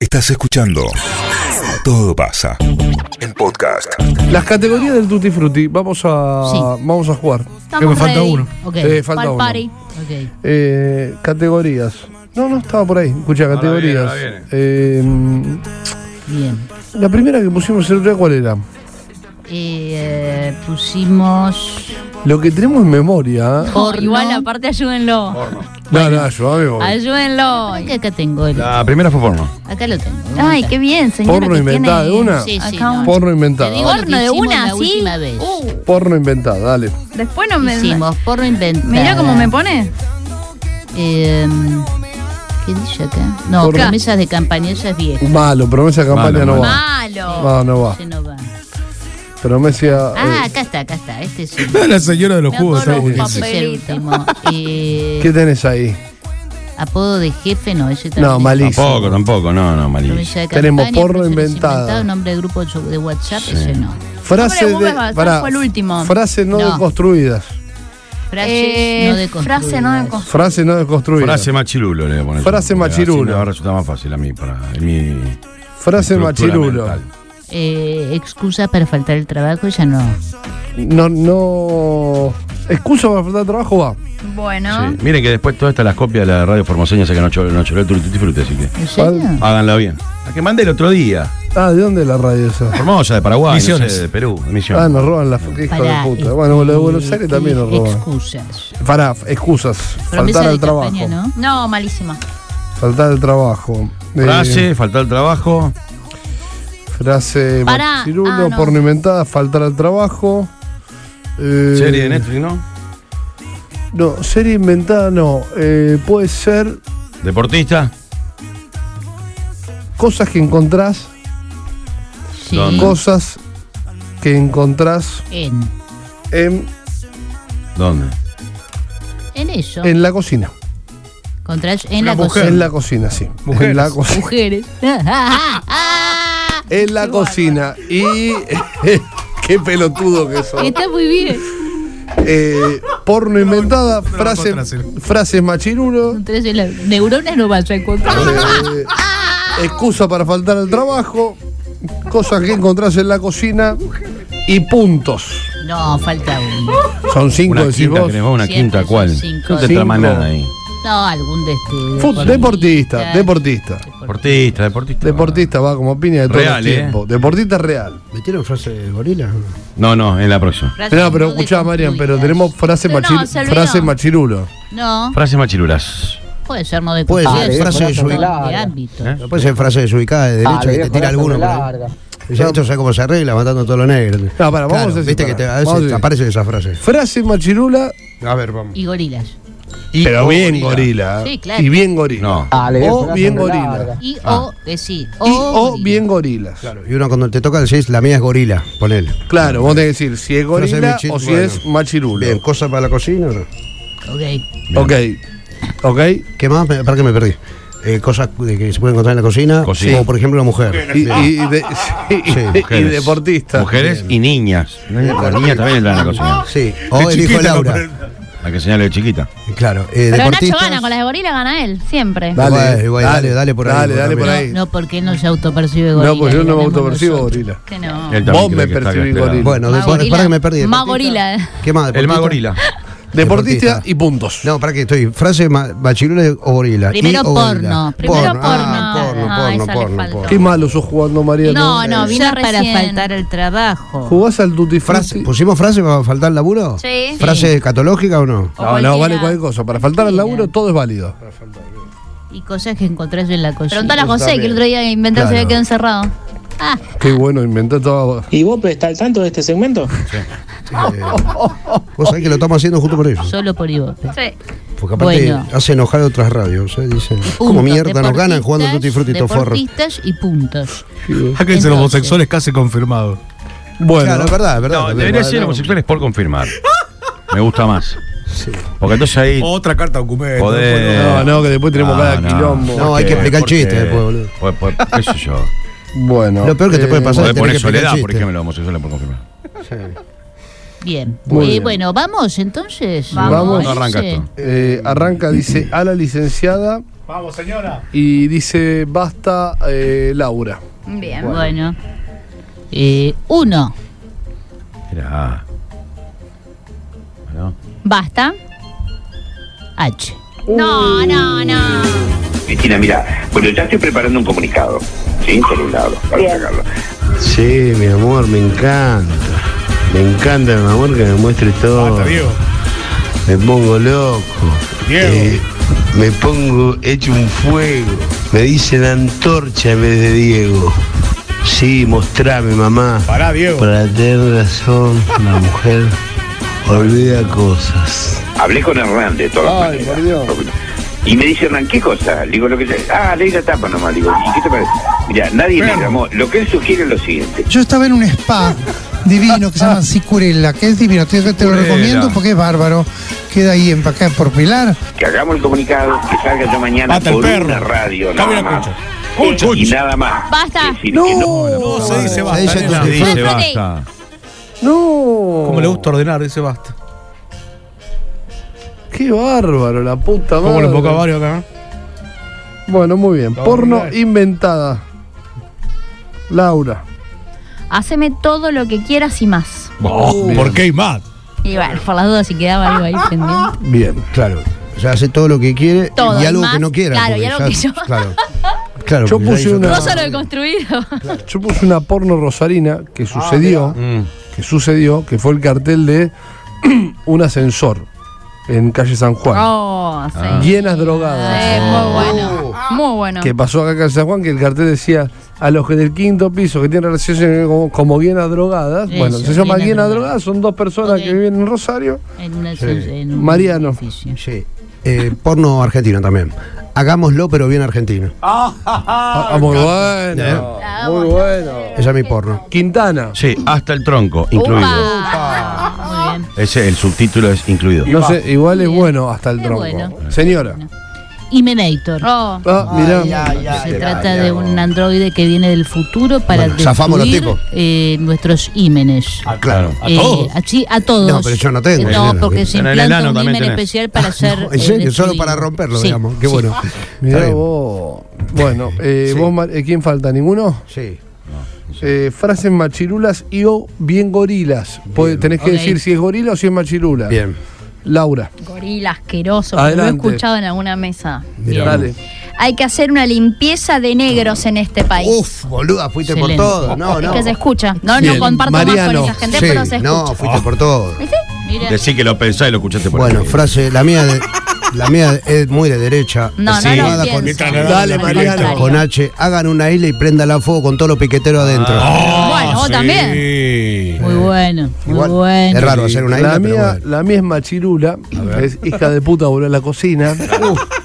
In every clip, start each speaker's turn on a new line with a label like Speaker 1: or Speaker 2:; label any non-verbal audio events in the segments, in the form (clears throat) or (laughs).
Speaker 1: Estás escuchando Todo pasa en podcast.
Speaker 2: Las categorías del Tutti Frutti, vamos a,
Speaker 3: Sí.
Speaker 2: vamos a jugar.
Speaker 3: Estamos
Speaker 4: me falta
Speaker 3: ready.
Speaker 4: uno.
Speaker 3: Ok.
Speaker 2: Eh, falta
Speaker 3: Pal
Speaker 2: uno.
Speaker 3: Party. Ok.
Speaker 2: Eh, categorías. No, no, estaba por ahí. Escucha,
Speaker 4: Ahora viene,
Speaker 2: categorías.
Speaker 4: ahora viene.
Speaker 2: Eh,
Speaker 3: Bien.
Speaker 2: la primera que pusimos el otro día, ¿cuál era?
Speaker 3: Eh,
Speaker 5: (laughs)
Speaker 3: pusimos.
Speaker 2: Lo que tenemos en memoria. ¿eh?
Speaker 5: Oh,
Speaker 3: Porno. Igual, aparte, ayúdenlo.
Speaker 4: Porno.
Speaker 2: No, no, ayúdame vos.
Speaker 3: Ayúdenlo. Acá, acá tengo el.
Speaker 4: La Ah, primera fue porno.
Speaker 3: Acá lo tengo.
Speaker 5: Ay, qué bien, señora.
Speaker 2: Porno
Speaker 5: que
Speaker 2: inventada
Speaker 5: tiene-
Speaker 2: de una.
Speaker 3: Sí, sí.
Speaker 5: Acá
Speaker 3: no.
Speaker 5: un-
Speaker 2: Porno
Speaker 3: Te digo
Speaker 2: inventado.
Speaker 3: lo que
Speaker 5: Porno de
Speaker 3: hicimos
Speaker 5: una,
Speaker 3: la
Speaker 5: ¿sí?
Speaker 3: última vez.
Speaker 5: Uh,
Speaker 2: Porno inventado, dale.
Speaker 5: Después no me.
Speaker 3: Hicimos porno inventado.
Speaker 5: Mirá cómo me pone.
Speaker 3: Em, ¿Qué dice acá? No,
Speaker 2: Porno.
Speaker 3: promesas de campaña, esa es vieja.
Speaker 2: Malo, promesa de campaña
Speaker 4: Malo,
Speaker 2: no
Speaker 4: malo.
Speaker 2: va.
Speaker 5: Malo.
Speaker 2: No, no va.
Speaker 3: Se nos va.
Speaker 2: Promesa.
Speaker 3: Ah,
Speaker 2: eh,
Speaker 3: acá está, acá está.
Speaker 2: (laughs)
Speaker 3: Este sí.
Speaker 4: La señora de los
Speaker 3: Me acuerdo,
Speaker 2: está
Speaker 3: ese es el
Speaker 2: (laughs)
Speaker 5: papelito.
Speaker 3: último. Eh,
Speaker 2: ¿Qué tenés ahí?
Speaker 3: apodo de jefe, no, ese también.
Speaker 2: No,
Speaker 3: es-
Speaker 2: malísimo.
Speaker 4: Tampoco, tampoco, no, no, malísimo.
Speaker 3: Promesa de
Speaker 2: Tenemos
Speaker 3: campaña,
Speaker 2: porno
Speaker 3: promesas
Speaker 2: inventada.
Speaker 3: inventadas, Nombre de grupo de WhatsApp,
Speaker 4: Sí.
Speaker 3: ese no.
Speaker 2: Frases
Speaker 5: Hombre, vos
Speaker 2: de.
Speaker 5: me vas a-
Speaker 2: pará,
Speaker 5: fue el último.
Speaker 2: Frases no,
Speaker 3: No.
Speaker 2: deconstruidas.
Speaker 3: Frases
Speaker 5: Eh,
Speaker 3: no deconstruidas.
Speaker 5: frase no deconstru-
Speaker 2: Frases no deconstruidas.
Speaker 4: Frase machirulo le voy a poner.
Speaker 2: Frase
Speaker 4: Porque así
Speaker 2: machirulo.
Speaker 4: me va a resultar más fácil a mí para mi.
Speaker 2: Frase
Speaker 4: estructura
Speaker 2: machirulo.
Speaker 4: mental.
Speaker 3: Eh, excusa para faltar el trabajo, ya no.
Speaker 2: No, no. Excusa para faltar trabajo va.
Speaker 5: Bueno.
Speaker 4: Sí. Miren que después todas estas las copias de la radio formoseña sacan ocho no choró el Tutti Frutti, así que
Speaker 3: ¿En serio?
Speaker 4: háganla bien. La que mandé el otro día.
Speaker 2: Ah, ¿de dónde es la radio esa?
Speaker 4: Formosa, de Paraguay, no
Speaker 6: Misiones.
Speaker 4: sé, de Perú, de Misiones.
Speaker 2: Ah, nos roban la qué hijo de
Speaker 3: Pará,
Speaker 2: puta.
Speaker 3: este,
Speaker 2: Bueno, lo de Buenos Aires también nos roban.
Speaker 3: Excusas.
Speaker 2: Pará, excusas. Faltar
Speaker 3: Promesa de
Speaker 2: al trabajo.
Speaker 3: campaña, ¿no?
Speaker 5: No, malísima.
Speaker 2: Faltar al trabajo. Eh,
Speaker 4: Frase, faltar al trabajo.
Speaker 2: Frase
Speaker 5: Pará,
Speaker 2: machirulo,
Speaker 5: ah, no.
Speaker 2: porno inventada, faltar al trabajo. Eh,
Speaker 4: Serie de Netflix, ¿no?
Speaker 2: No, serie inventada no. Eh, puede ser
Speaker 4: Deportista.
Speaker 2: cosas que encontrás,
Speaker 3: Sí.
Speaker 4: ¿Dónde?
Speaker 2: cosas que encontrás
Speaker 3: En,
Speaker 2: en,
Speaker 4: ¿Dónde?
Speaker 3: en eso.
Speaker 2: en la cocina.
Speaker 3: Contra, en
Speaker 4: Una
Speaker 3: la
Speaker 4: mujer.
Speaker 3: cocina.
Speaker 2: En la cocina, sí. En
Speaker 4: Mujeres.
Speaker 2: la cocina.
Speaker 3: Mujeres. Ah,
Speaker 2: En la cocina. Y. (laughs) eh, Qué pelotudo que sos.
Speaker 3: Está muy bien.
Speaker 2: Eh, porno inventada, frase-
Speaker 6: encontrás.
Speaker 2: frases machirulo,
Speaker 3: Contra las neuronas no vas a encontrar.
Speaker 2: eh, excusa para faltar al trabajo, cosas que encontrás en la cocina y puntos.
Speaker 3: No, falta uno.
Speaker 2: Son cinco,
Speaker 4: Una
Speaker 2: decís
Speaker 4: quinta,
Speaker 2: vos.
Speaker 4: tenés vos, una
Speaker 3: Siempre
Speaker 4: quinta,
Speaker 3: son
Speaker 4: ¿cuál?
Speaker 3: cinco.
Speaker 4: No te
Speaker 2: Cinco.
Speaker 4: trama nada ahí.
Speaker 3: No, algún de este.
Speaker 2: Fut- Deportista, deportista.
Speaker 4: Deportista, deportista.
Speaker 2: Deportista va como piña de todo
Speaker 4: Real,
Speaker 2: el tiempo.
Speaker 4: eh.
Speaker 2: Deportista real.
Speaker 6: ¿Metieron frase de gorila?
Speaker 4: No, no, en la próxima.
Speaker 3: Frases
Speaker 2: No, pero
Speaker 3: no
Speaker 2: escuchá, Marian, pero
Speaker 3: deconstruidas.
Speaker 2: tenemos frase,
Speaker 5: Pero no,
Speaker 2: machirulo
Speaker 5: se olvidó.
Speaker 2: frase machirulo.
Speaker 3: No,
Speaker 4: Frases machirulas.
Speaker 3: puede ser no de
Speaker 6: Puede
Speaker 3: cultura,
Speaker 6: ser,
Speaker 3: es
Speaker 6: eh,
Speaker 3: otra
Speaker 6: frase
Speaker 3: cosa
Speaker 6: desubicada.
Speaker 3: de ámbito.
Speaker 4: ¿Eh?
Speaker 6: No puede ser frase desubicada de derecha que te tira alguno. por ahí. Dice, esto sabe cómo se arregla matando todo lo negro. No,
Speaker 2: pará, vamos a decir,
Speaker 6: Viste
Speaker 2: pará,
Speaker 6: que te, a
Speaker 2: vamos a
Speaker 6: veces
Speaker 2: decir.
Speaker 6: aparecen esas frases.
Speaker 2: Frase machirula,
Speaker 6: A ver, vamos.
Speaker 3: Y gorilas.
Speaker 2: pero bien gorila.
Speaker 3: Sí, claro.
Speaker 2: Y bien gorila.
Speaker 4: No.
Speaker 6: Ah,
Speaker 2: O bien gorila.
Speaker 3: Y
Speaker 4: Ah.
Speaker 3: o, eh, sí,
Speaker 2: Y o
Speaker 3: gorilas.
Speaker 2: bien gorilas.
Speaker 6: Claro, y uno cuando te toca decís, la mía es gorila, ponele.
Speaker 2: Claro, vos tenés que decir si es
Speaker 6: Frase
Speaker 2: gorila
Speaker 6: machi-
Speaker 2: o si
Speaker 6: bueno.
Speaker 2: es machirulo.
Speaker 6: Bien, ¿cosa para la cocina o no?
Speaker 3: Ok.
Speaker 2: Ok. Ok.
Speaker 6: ¿Qué más? Me- ¿Para qué me perdí? Eh, cosas de que se pueden encontrar en la cocina,
Speaker 4: Cocina.
Speaker 6: como por ejemplo la mujer.
Speaker 2: Y, y de- (laughs) sí, y- y
Speaker 4: Mujeres.
Speaker 2: deportista.
Speaker 4: Mujeres y niñas. Las niñas también entran a la cocina.
Speaker 6: Ah. Sí, o el hijo de Laura.
Speaker 4: La que señala de chiquita.
Speaker 6: Claro,
Speaker 5: Pero
Speaker 6: eh,
Speaker 5: Nacho
Speaker 6: deportistas.
Speaker 5: gana, con la de gorila gana él, siempre.
Speaker 2: Dale,
Speaker 6: Igual, igual, dale, dale por ahí,
Speaker 2: Dale,
Speaker 6: vos
Speaker 2: dale por
Speaker 6: también.
Speaker 2: ahí.
Speaker 3: No, porque él no se autopercibe gorila.
Speaker 2: No, pues yo
Speaker 3: le
Speaker 2: no me
Speaker 3: ganamos
Speaker 2: autopercibo
Speaker 3: nosotros.
Speaker 2: gorila.
Speaker 5: Que no.
Speaker 4: Él
Speaker 2: Vos
Speaker 4: también cree
Speaker 2: me
Speaker 4: que está
Speaker 2: percibís
Speaker 4: castrada.
Speaker 2: gorila.
Speaker 6: Bueno,
Speaker 5: Más
Speaker 6: de- para,
Speaker 5: gorila.
Speaker 6: para que me perdí.
Speaker 5: Más
Speaker 6: deportista.
Speaker 5: gorila.
Speaker 6: ¿Qué más?
Speaker 4: El más
Speaker 6: deportista?
Speaker 2: (laughs)
Speaker 4: gorila.
Speaker 2: Deportista,
Speaker 6: Deportista.
Speaker 2: y puntos.
Speaker 6: No, para que estoy. Frase ma- bachirula o gorila.
Speaker 3: Primero
Speaker 6: Y o gorila.
Speaker 3: porno. Primero
Speaker 6: Ah,
Speaker 5: porno.
Speaker 6: porno,
Speaker 5: Ah,
Speaker 6: porno,
Speaker 5: esa le
Speaker 6: porno,
Speaker 5: faltó.
Speaker 6: porno.
Speaker 2: Qué malo sos jugando, Mariano.
Speaker 5: No, no, vino
Speaker 3: Ya para
Speaker 5: recién.
Speaker 3: faltar el trabajo.
Speaker 2: ¿Jugás al Duty
Speaker 6: Frase,
Speaker 2: Free?
Speaker 6: ¿Pusimos frase para faltar el laburo?
Speaker 5: Sí.
Speaker 6: ¿Frase catológica o no?
Speaker 5: O
Speaker 2: No, no, vale
Speaker 5: cualquiera.
Speaker 2: cualquier cosa. Para faltar al laburo todo es válido.
Speaker 3: Y cosas que encontrás en la cocina.
Speaker 5: Preguntale a José, que el otro día inventó se había
Speaker 6: Claro.
Speaker 5: quedado encerrado.
Speaker 2: Qué bueno, inventé todo.
Speaker 7: ¿Y vos estás al tanto de este segmento?
Speaker 6: Eh, vos sabés que lo estamos haciendo justo por eso.
Speaker 3: Solo por Ivope.
Speaker 5: Sí.
Speaker 6: Porque aparte
Speaker 3: Bueno.
Speaker 6: hace enojar a otras radios. ¿eh? Dicen, ¿cómo
Speaker 3: Puntos,
Speaker 6: mierda nos ganan jugando Tutti
Speaker 3: deportistas,
Speaker 6: Frutti y Toforro?
Speaker 3: Deportistas y puntos.
Speaker 6: Claro,
Speaker 4: Acá
Speaker 3: dicen homosexuales
Speaker 4: casi confirmado.
Speaker 2: Bueno,
Speaker 6: es verdad, es verdad.
Speaker 4: No,
Speaker 6: también.
Speaker 4: debería
Speaker 6: Vale,
Speaker 4: ser
Speaker 6: no.
Speaker 4: homosexuales por
Speaker 6: (laughs)
Speaker 4: confirmar. Me gusta más.
Speaker 6: Sí.
Speaker 4: Porque entonces ahí.
Speaker 6: Otra carta documento.
Speaker 4: Podés-
Speaker 2: no, no, que después tenemos cada quilombo.
Speaker 6: No, hay que explicar el chiste después, boludo.
Speaker 4: (laughs) Pues, pues, qué sé yo.
Speaker 2: bueno. eh,
Speaker 6: Lo peor que te puede pasar
Speaker 4: Podés
Speaker 6: es tener
Speaker 4: poner
Speaker 6: que explicar
Speaker 4: soledad, por
Speaker 6: chistes.
Speaker 4: ejemplo, homosexuales por confirmar.
Speaker 3: Bien.
Speaker 2: Muy
Speaker 3: Eh,
Speaker 2: bien.
Speaker 3: bueno, vamos entonces.
Speaker 2: Vamos.
Speaker 3: ¿Vamos?
Speaker 4: No arranca esto.
Speaker 2: Eh, arranca, dice, a la licenciada
Speaker 8: Vamos, señora.
Speaker 2: Y dice, basta, eh, Laura.
Speaker 5: Bien.
Speaker 3: Bueno. Eh, uno.
Speaker 4: Mirá. Bueno.
Speaker 5: Basta.
Speaker 3: H.
Speaker 5: No, no, no.
Speaker 9: Cristina, mira, bueno, ya estoy preparando un comunicado, ¿sí? Por un lado, para sacarlo.
Speaker 6: Sí, mi amor, me encanta. Me encanta, mi amor, que me muestre todo.
Speaker 8: Basta, Diego.
Speaker 6: Me pongo loco.
Speaker 8: Diego.
Speaker 6: Eh, me pongo hecho un fuego. Me dicen antorcha en vez de Diego. Sí, mostrame, mamá.
Speaker 8: Pará, Diego.
Speaker 6: Para tener razón, la mujer olvida cosas.
Speaker 9: Hablé con Hernán de todas
Speaker 2: Ay,
Speaker 9: maneras.
Speaker 2: por Dios.
Speaker 9: Y me dice Hernán, ¿qué cosa? Le digo lo que sea. Ah, leí la tapa nomás. Le digo, ¿y qué te parece? Mira, nadie me llamó. Lo que él sugiere es lo siguiente.
Speaker 10: Yo estaba en un spa divino que se llama Sicurella, que es divino, te, te lo
Speaker 4: Curella.
Speaker 10: recomiendo porque es bárbaro. Queda ahí en acá por Pilar.
Speaker 9: Que hagamos el comunicado, que salga yo mañana
Speaker 8: Mata el
Speaker 9: por
Speaker 8: perro.
Speaker 9: una radio.
Speaker 8: Cambia
Speaker 9: Nada
Speaker 8: la
Speaker 9: más.
Speaker 8: concha. Concha.
Speaker 9: Y nada más.
Speaker 5: Basta.
Speaker 9: Es decir, que no.
Speaker 8: No se dice
Speaker 6: Se dice
Speaker 8: basta. nena.
Speaker 6: todo.
Speaker 4: Dice
Speaker 5: Fíjate.
Speaker 4: basta.
Speaker 2: No.
Speaker 11: Como le gusta ordenar, dice basta.
Speaker 2: Qué bárbaro, la puta madre.
Speaker 11: Como los vocabarios acá.
Speaker 2: Bueno, muy bien.
Speaker 11: Vamos,
Speaker 2: Porno
Speaker 11: mirá.
Speaker 2: inventada. Laura.
Speaker 5: Haceme todo lo que quieras y más.
Speaker 11: Oh, ¿Por qué y más?
Speaker 5: Y bueno, por las dudas si quedaba algo ahí pendiente.
Speaker 2: Bien.
Speaker 6: Claro. O sea, hace todo lo que quiere
Speaker 5: Todo,
Speaker 6: y
Speaker 5: y
Speaker 6: algo
Speaker 5: más,
Speaker 6: que no quiera.
Speaker 5: claro,
Speaker 6: porque
Speaker 5: y algo
Speaker 6: ya-
Speaker 5: que yo-
Speaker 6: (laughs) Claro. Claro,
Speaker 2: Yo
Speaker 6: porque ya
Speaker 2: puse
Speaker 6: hizo
Speaker 2: una-
Speaker 6: todo.
Speaker 5: No solo he construido.
Speaker 2: Yo puse una porno rosarina
Speaker 8: Ah,
Speaker 2: que sucedió, que sucedió, que fue el cartel de (clears throat) un ascensor en calle San Juan.
Speaker 5: Oh, sí.
Speaker 2: Llenas drogadas.
Speaker 3: Ah,
Speaker 5: Sí, muy bueno. Muy bueno.
Speaker 2: Oh. Que pasó acá en calle San Juan, que el cartel decía a los que del quinto piso que tienen relaciones como, como llenas drogadas.
Speaker 3: Eso,
Speaker 2: bueno, se llama
Speaker 3: llenas
Speaker 2: llenas
Speaker 3: drogadas.
Speaker 2: drogadas, son dos personas
Speaker 3: Ok.
Speaker 2: que viven en Rosario.
Speaker 3: En una- en un
Speaker 2: Mariano.
Speaker 3: edificio.
Speaker 6: Sí. Eh, porno argentino también. Hagámoslo, pero bien argentino.
Speaker 3: Ah,
Speaker 2: Vamos, Ah, bueno.
Speaker 5: Ah,
Speaker 2: Muy
Speaker 5: bueno.
Speaker 2: bueno.
Speaker 6: Esa es mi porno.
Speaker 2: Quintana.
Speaker 4: Sí, hasta el tronco, incluido.
Speaker 5: Upa. Muy bien.
Speaker 4: Ese, el subtítulo es incluido.
Speaker 2: No sé, igual es
Speaker 3: Bien.
Speaker 2: bueno hasta el
Speaker 3: Es
Speaker 2: tronco.
Speaker 3: bueno.
Speaker 2: Señora.
Speaker 3: Himenator.
Speaker 5: Oh,
Speaker 2: Ah, mirá.
Speaker 3: Se trata de un androide que viene del futuro para
Speaker 6: Bueno, zafamos los
Speaker 3: destruir eh, nuestros ímenes.
Speaker 6: Claro.
Speaker 11: ¿A
Speaker 3: Eh,
Speaker 11: todos?
Speaker 3: así, a todos.
Speaker 6: No, pero yo no tengo.
Speaker 3: No,
Speaker 6: Bueno,
Speaker 3: porque se
Speaker 11: en el
Speaker 3: implanta
Speaker 11: enano
Speaker 3: un
Speaker 11: también
Speaker 3: himen
Speaker 11: tenés.
Speaker 3: especial para hacer.
Speaker 6: En
Speaker 3: eh,
Speaker 6: serio, solo
Speaker 3: destruido.
Speaker 6: para romperlo,
Speaker 3: Sí,
Speaker 6: digamos. Qué
Speaker 3: sí.
Speaker 5: Ah.
Speaker 6: bueno. Está
Speaker 2: Mirá
Speaker 6: bien.
Speaker 2: vos. Bueno, eh,
Speaker 6: Sí.
Speaker 2: vos, Mar- eh, ¿quién falta? ¿Ninguno?
Speaker 6: Sí.
Speaker 2: Eh, frases machirulas y o bien gorilas. Podés- tenés que
Speaker 3: Ok.
Speaker 2: decir si es gorila o si es machirula.
Speaker 6: Bien.
Speaker 2: Laura,
Speaker 5: gorila asqueroso. que Lo he
Speaker 2: Adelante.
Speaker 5: escuchado en alguna mesa.
Speaker 6: Mirá.
Speaker 2: dale.
Speaker 5: Hay que hacer una limpieza de negros en este país.
Speaker 6: Uf, boluda, fuiste
Speaker 3: Excelente.
Speaker 6: por todo. No,
Speaker 5: es
Speaker 6: no.
Speaker 5: que se escucha. No,
Speaker 2: Bien,
Speaker 5: no comparto más
Speaker 2: Mariano,
Speaker 5: con esa gente,
Speaker 6: Sí,
Speaker 5: pero se escucha.
Speaker 6: no, fuiste por todo.
Speaker 3: Mira,
Speaker 4: Decí que lo pensás y lo escuchaste por
Speaker 6: Bueno,
Speaker 4: ahí.
Speaker 6: frase, la mía, de- la mía es muy de derecha.
Speaker 5: No, no, no.
Speaker 6: Nada
Speaker 5: lo
Speaker 6: con,
Speaker 5: pienso.
Speaker 11: Dale,
Speaker 5: Al
Speaker 2: Mariano.
Speaker 5: contrario.
Speaker 6: con H, hagan una isla y prendan la fuego con todos los piqueteros adentro.
Speaker 5: Ah. Bueno, vos
Speaker 11: también.
Speaker 3: muy bueno, muy
Speaker 6: eh, Igual,
Speaker 3: bueno.
Speaker 6: es raro hacer una isla,
Speaker 2: la,
Speaker 6: pero
Speaker 2: mía,
Speaker 6: bueno.
Speaker 2: la mía es machirula, es hija de puta, volvió a la
Speaker 4: (laughs)
Speaker 2: cocina.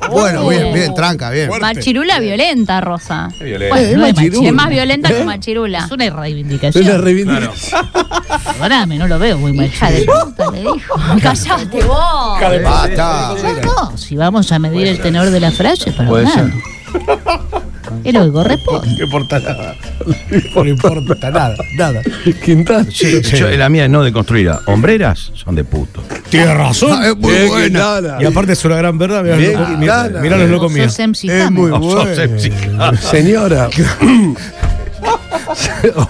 Speaker 6: Bueno,
Speaker 5: Oh.
Speaker 6: bien, bien, tranca, bien.
Speaker 11: Fuerte.
Speaker 5: Machirula violenta, Rosa.
Speaker 4: Violeta.
Speaker 5: Bueno,
Speaker 3: no es
Speaker 5: es más
Speaker 3: machirula.
Speaker 5: violenta que Machirula.
Speaker 3: Es una reivindicación.
Speaker 2: Es la reivindicación.
Speaker 3: Perdóname, no lo veo muy mal.
Speaker 5: Hija de puta, le dijo. (laughs) Callaste vos.
Speaker 6: Basta.
Speaker 3: No, si vamos a medir el tenor de la frase, para
Speaker 4: Puede
Speaker 3: nada. Es lo que corresponde.
Speaker 11: No importa nada. No importa nada, nada.
Speaker 4: (laughs)
Speaker 2: Quintana.
Speaker 6: Sí, sí.
Speaker 4: Yo- la mía es no de construida. Hombreras son de puto.
Speaker 11: Tienes razón.
Speaker 2: es muy
Speaker 11: Bien,
Speaker 2: buena.
Speaker 11: Quintana. Y aparte es una gran verdad. Mirá,
Speaker 2: Bien,
Speaker 11: los locos-
Speaker 2: Quintana.
Speaker 11: mirá los locos míos.
Speaker 3: Sos MC
Speaker 6: Es
Speaker 3: Hammer.
Speaker 6: muy
Speaker 4: No sos
Speaker 6: bueno.
Speaker 4: sexista.
Speaker 2: Señora.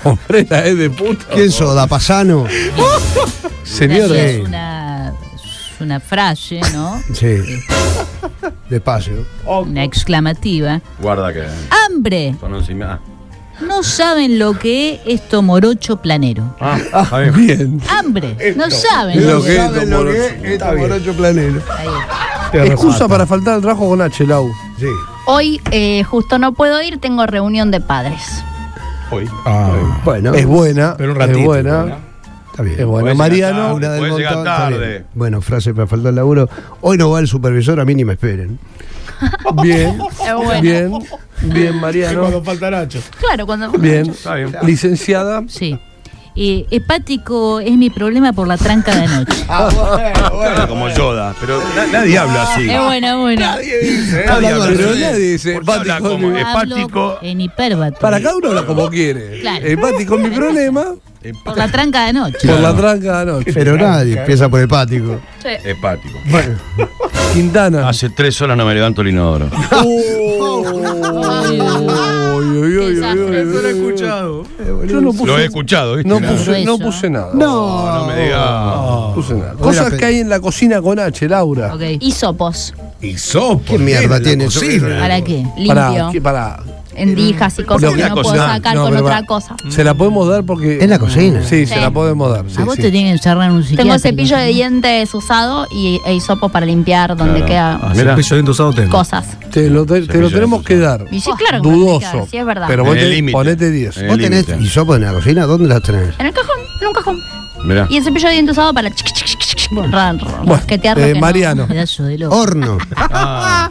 Speaker 2: Hombre, la es de puta.
Speaker 6: ¿Quién sos, Dapasano?
Speaker 2: Señora.
Speaker 3: Es una, es una frase, ¿no?
Speaker 6: Sí. Despacio.
Speaker 3: Una exclamativa.
Speaker 4: Guarda que ah,
Speaker 3: ¡Hambre!
Speaker 4: son encima.
Speaker 3: No saben lo que es esto morocho planero.
Speaker 4: Ah, está bien.
Speaker 2: Bien.
Speaker 3: ¡Hambre! No saben.
Speaker 2: Lo
Speaker 3: lo
Speaker 2: que
Speaker 3: que-
Speaker 2: es Tomorocho.
Speaker 6: Está bien.
Speaker 11: Tienes
Speaker 2: Excusa
Speaker 11: razón.
Speaker 2: para faltar al trabajo con H, Lau.
Speaker 6: Sí.
Speaker 5: Hoy eh, justo no puedo ir, tengo reunión de padres.
Speaker 11: Ah,
Speaker 6: Bueno,
Speaker 2: Es buena.
Speaker 11: Pero un ratito,
Speaker 2: es buena.
Speaker 6: está bien.
Speaker 2: Es buena.
Speaker 4: Puede
Speaker 2: Mariano.
Speaker 4: llegar
Speaker 6: Una del
Speaker 4: Puede llegar
Speaker 6: montón, está
Speaker 4: tarde.
Speaker 6: bien. Bueno, frase para faltar el laburo. Hoy no va el supervisor, a mí ni me esperen.
Speaker 4: (laughs)
Speaker 2: Bien.
Speaker 5: Es bueno.
Speaker 2: Bien. Bien,
Speaker 11: es cuando
Speaker 2: Mariano.
Speaker 11: falta Nacho.
Speaker 5: (laughs) Claro, cuando.
Speaker 2: Bien.
Speaker 4: Está bien.
Speaker 2: Licenciada.
Speaker 3: Sí. Eh, hepático es mi problema por la tranca de anoche.
Speaker 4: Como Yoda. Pero na- nadie habla así.
Speaker 3: Es bueno, es bueno.
Speaker 4: Nadie habla
Speaker 2: Pero
Speaker 4: así.
Speaker 2: nadie dice,
Speaker 4: ¿Por qué habla
Speaker 2: "Hepático
Speaker 4: como
Speaker 2: es
Speaker 4: hepático.
Speaker 3: Hablo en hipérbato.
Speaker 2: Para cada uno habla como quiere.
Speaker 3: Claro.
Speaker 2: Empático
Speaker 4: (laughs)
Speaker 2: es mi problema
Speaker 3: Por la tranca de anoche.
Speaker 2: por la tranca de anoche.
Speaker 6: Pero nadie empieza por hepático.
Speaker 5: Sí.
Speaker 4: Hepático.
Speaker 2: Quintana.
Speaker 4: Hace tres horas no me levanto el inodoro.
Speaker 2: Yo
Speaker 3: Desastre.
Speaker 2: lo he escuchado. Yo no
Speaker 4: Lo he
Speaker 2: puse,
Speaker 4: escuchado, ¿viste?
Speaker 2: no puse, no
Speaker 3: Grueso.
Speaker 2: puse nada.
Speaker 6: No.
Speaker 4: No me digas.
Speaker 2: No puse nada. Cosas que hay en la cocina con H, Laura.
Speaker 3: Ok.
Speaker 5: Hisopos,
Speaker 12: Y sopo.
Speaker 6: ¿Qué mierda tiene eso?
Speaker 3: ¿Para qué?
Speaker 2: Para,
Speaker 5: limpio,
Speaker 2: para.
Speaker 5: en dijas y cosas
Speaker 4: qué
Speaker 5: que
Speaker 4: la
Speaker 5: no
Speaker 4: cosa?
Speaker 5: puedo sacar
Speaker 2: No,
Speaker 5: con
Speaker 2: pero
Speaker 5: otra
Speaker 2: pará.
Speaker 5: cosa.
Speaker 2: Se la podemos dar porque.
Speaker 6: En la cocina.
Speaker 2: Sí, se
Speaker 5: Sí.
Speaker 2: la podemos dar. sí,
Speaker 3: A vos
Speaker 2: sí.
Speaker 3: te tienen que encerrar en un psiquiatra.
Speaker 5: Tengo cepillo de
Speaker 3: ¿no?
Speaker 5: dientes usado y e hisopos para limpiar donde
Speaker 4: Claro.
Speaker 5: queda
Speaker 4: Ah, Mirá.
Speaker 12: Cepillo de usado tengo.
Speaker 5: cosas.
Speaker 2: Te lo, te- te lo
Speaker 4: Cepillo
Speaker 2: tenemos
Speaker 4: de
Speaker 2: que dar.
Speaker 5: Y sí, claro que me lo tengo que
Speaker 2: Dudoso.
Speaker 5: dar, sí, es verdad.
Speaker 2: Pero
Speaker 4: En
Speaker 2: vos
Speaker 4: el
Speaker 2: te-
Speaker 4: límite.
Speaker 2: ponete 10.
Speaker 4: En el
Speaker 6: ¿Vos tenés
Speaker 4: límite.
Speaker 6: hisopos en la cocina? ¿Dónde los tenés?
Speaker 5: En el cajón, en un cajón.
Speaker 4: Mirá.
Speaker 5: Y el cepillo de dientes usado para chic, chic, chic, chic, chic, ra- ra-
Speaker 2: Bueno,
Speaker 5: rasquetear lo
Speaker 2: eh,
Speaker 5: que no.
Speaker 2: Mariano.
Speaker 3: Pedazo de loco.
Speaker 6: Horno.
Speaker 4: Ah.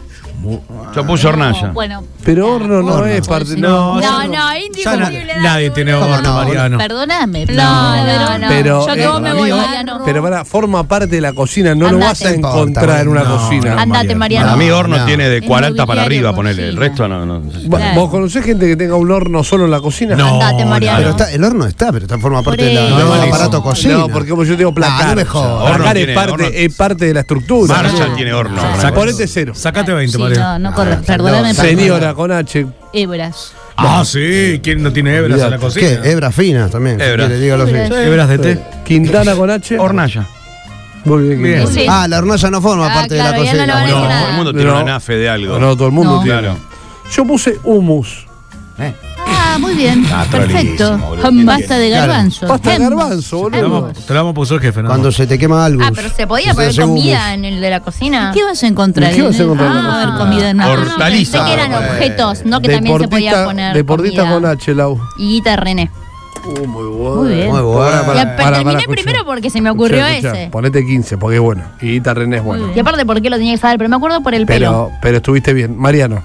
Speaker 4: Yo puse hornalla.
Speaker 5: Bueno.
Speaker 2: Pero horno no
Speaker 6: Horno.
Speaker 2: es parte.
Speaker 12: No,
Speaker 2: No.
Speaker 5: No,
Speaker 12: ya
Speaker 5: no,
Speaker 12: Ya na-
Speaker 5: indiscutible.
Speaker 12: nadie tiene
Speaker 6: ¿Cómo
Speaker 12: horno,
Speaker 6: no?
Speaker 12: Mariano.
Speaker 3: Perdóname.
Speaker 5: No, no, no.
Speaker 2: Pero,
Speaker 5: Yo que
Speaker 2: eh,
Speaker 5: vos me voy,
Speaker 6: amigo,
Speaker 5: Mariano.
Speaker 2: Pero para, forma parte de la cocina. No lo
Speaker 5: Andate.
Speaker 2: vas a
Speaker 6: No importa,
Speaker 2: encontrar en una
Speaker 12: no,
Speaker 2: cocina.
Speaker 12: no.
Speaker 5: Andate, Mariano.
Speaker 4: Para mí
Speaker 6: No,
Speaker 4: horno
Speaker 6: no.
Speaker 4: tiene de
Speaker 3: Es
Speaker 4: 40 para
Speaker 3: mobiliario,
Speaker 4: arriba, ponele. El
Speaker 3: cocina.
Speaker 4: resto no. no necesito.
Speaker 2: Va-
Speaker 3: Claro.
Speaker 2: ¿Vos conocés gente que tenga un horno solo en la cocina?
Speaker 12: No,
Speaker 5: Andate,
Speaker 12: no,
Speaker 5: Mariano.
Speaker 6: Pero está, el horno está, pero está forma parte de la-
Speaker 5: Por
Speaker 6: del
Speaker 5: eso.
Speaker 6: aparato cocina.
Speaker 2: No, porque como yo tengo placar.
Speaker 6: Ah, no me jodas.
Speaker 4: Horno
Speaker 2: Placar es
Speaker 4: tiene, horno-
Speaker 2: parte, es parte de la estructura.
Speaker 4: Marshall tiene horno.
Speaker 3: Claro.
Speaker 4: Saca-
Speaker 2: Ponete cero.
Speaker 12: Sacate 20,
Speaker 3: Sí,
Speaker 12: Mariano.
Speaker 3: no, no corre. Perdóname.
Speaker 6: no,
Speaker 3: perdóname.
Speaker 2: Señora con H.
Speaker 3: Hebras.
Speaker 12: Ah, sí. ¿Quién no tiene hebras en la cocina?
Speaker 6: ¿Qué? Hebras finas también. si
Speaker 4: Hebras.
Speaker 6: quiere, dígalo así.
Speaker 3: Hebras.
Speaker 12: Hebras de té.
Speaker 2: Quintana con H.
Speaker 4: Eh, Hornalla.
Speaker 2: Muy bien.
Speaker 12: Bien.
Speaker 2: Quintana.
Speaker 5: Sí.
Speaker 6: Ah, la hornalla no forma
Speaker 5: Ah,
Speaker 6: parte
Speaker 5: claro,
Speaker 6: de la
Speaker 5: ya no
Speaker 6: cocina.
Speaker 5: la van a
Speaker 4: No,
Speaker 5: decir
Speaker 4: todo
Speaker 5: nada.
Speaker 4: el mundo tiene
Speaker 2: No.
Speaker 4: una nafe de algo.
Speaker 2: No, todo el mundo
Speaker 3: No.
Speaker 2: tiene.
Speaker 4: Claro.
Speaker 2: Yo puse hummus.
Speaker 3: Ah, muy bien.
Speaker 4: Ah, está
Speaker 3: Perfecto.
Speaker 4: lindísimo, boludo. ¿Quién
Speaker 3: Pasta de
Speaker 6: Claro.
Speaker 3: garbanzo.
Speaker 2: Pasta de
Speaker 3: Hummus.
Speaker 2: garbanzo, boludo.
Speaker 12: Te la
Speaker 3: Hummus.
Speaker 12: vamos- Te la vamos a poner jefe, ¿no?
Speaker 6: Cuando se te quema algo.
Speaker 5: Ah, pero se podía poner comida en el de la cocina.
Speaker 3: ¿Qué vas a encontrar?
Speaker 2: ¿Y qué vas a
Speaker 3: en el-
Speaker 2: encontrar en la
Speaker 3: Ah,
Speaker 2: cocina?
Speaker 3: haber comida en una
Speaker 4: Hortaliza.
Speaker 3: cocina.
Speaker 5: Pensé que eran
Speaker 4: eh.
Speaker 5: objetos, no que también se podía poner.
Speaker 2: deportista
Speaker 5: comida.
Speaker 2: con H, Lau.
Speaker 5: Y guita de René.
Speaker 2: Uh, muy bueno.
Speaker 3: Muy bien.
Speaker 6: Muy
Speaker 2: Ahora para-
Speaker 5: Y
Speaker 6: buena.
Speaker 5: ap-
Speaker 2: para- para,
Speaker 5: terminé
Speaker 2: escuchá.
Speaker 5: primero porque se me ocurrió
Speaker 2: Escuchá, escuchá,
Speaker 5: ese.
Speaker 2: Ponete 15 porque es bueno. Y Guita René es bueno.
Speaker 3: Muy
Speaker 5: Y aparte, ¿por qué lo tenía que saber? Pero me acuerdo por
Speaker 2: (laughs)
Speaker 5: el pelo.
Speaker 2: Pero, pero estuviste bien. Mariano.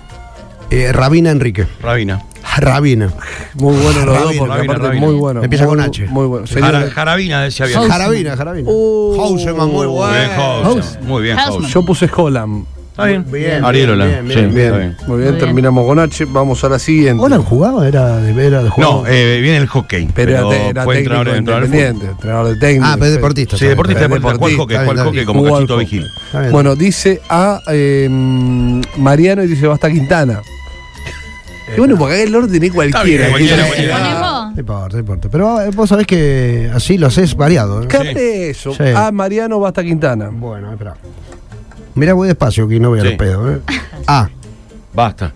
Speaker 6: Eh, Rabina Enrique.
Speaker 4: Rabina.
Speaker 6: Rabina.
Speaker 2: Muy bueno los dos,
Speaker 6: Rabino,
Speaker 2: porque
Speaker 4: Rabino,
Speaker 2: aparte
Speaker 4: Rabino.
Speaker 2: muy bueno.
Speaker 6: Empieza
Speaker 2: muy,
Speaker 6: con H.
Speaker 2: Muy bueno.
Speaker 4: Jara-
Speaker 2: Señora,
Speaker 4: Jarabina decía bien.
Speaker 6: Jarabina, Jarabina.
Speaker 5: Uh.
Speaker 6: Houseman, muy
Speaker 4: Muy bien,
Speaker 6: bueno.
Speaker 4: House. Muy bien,
Speaker 5: House.
Speaker 4: House.
Speaker 2: yo puse Holland.
Speaker 4: Está bien.
Speaker 6: Bien,
Speaker 4: Arielola.
Speaker 6: bien,
Speaker 4: Sí, está
Speaker 6: bien,
Speaker 4: bien.
Speaker 2: Muy bien,
Speaker 3: Muy bien.
Speaker 2: terminamos con H. Vamos a la siguiente.
Speaker 6: ¿Hola jugaba? ¿Era de, era de juego?
Speaker 4: No, eh, viene el hockey.
Speaker 2: Pero,
Speaker 4: Pero
Speaker 2: era, era
Speaker 4: fue entrenador
Speaker 2: técnico
Speaker 4: de entrenador de fútbol.
Speaker 2: independiente, entrenador de técnico.
Speaker 6: Ah, pero es deportista.
Speaker 4: Sí,
Speaker 6: también.
Speaker 4: deportista,
Speaker 2: Pero
Speaker 4: deportista. Juega al hockey,
Speaker 6: deportista,
Speaker 4: juega al
Speaker 6: está bien,
Speaker 4: hockey
Speaker 6: está
Speaker 4: como
Speaker 2: bien.
Speaker 4: cachito
Speaker 2: Jugó al
Speaker 4: vigil.
Speaker 6: Está bien.
Speaker 2: Bueno, dice a eh, Mariano y dice Basta
Speaker 6: (laughs)
Speaker 2: Quintana. Y bueno, porque acá el orden es cualquiera.
Speaker 4: Está bien,
Speaker 2: que-
Speaker 4: cualquiera,
Speaker 2: Ah,
Speaker 5: ¿Ponemos?
Speaker 6: No importa, no importa. Pero eh, vos sabés que así lo haces variado. ¿eh?
Speaker 2: ¿Qué hace eso?
Speaker 6: Sí.
Speaker 2: A Mariano Basta Quintana.
Speaker 6: Bueno, espera. Mirá, voy despacio que no voy a
Speaker 4: Sí.
Speaker 6: los pedos. ¿eh? A.
Speaker 4: Basta.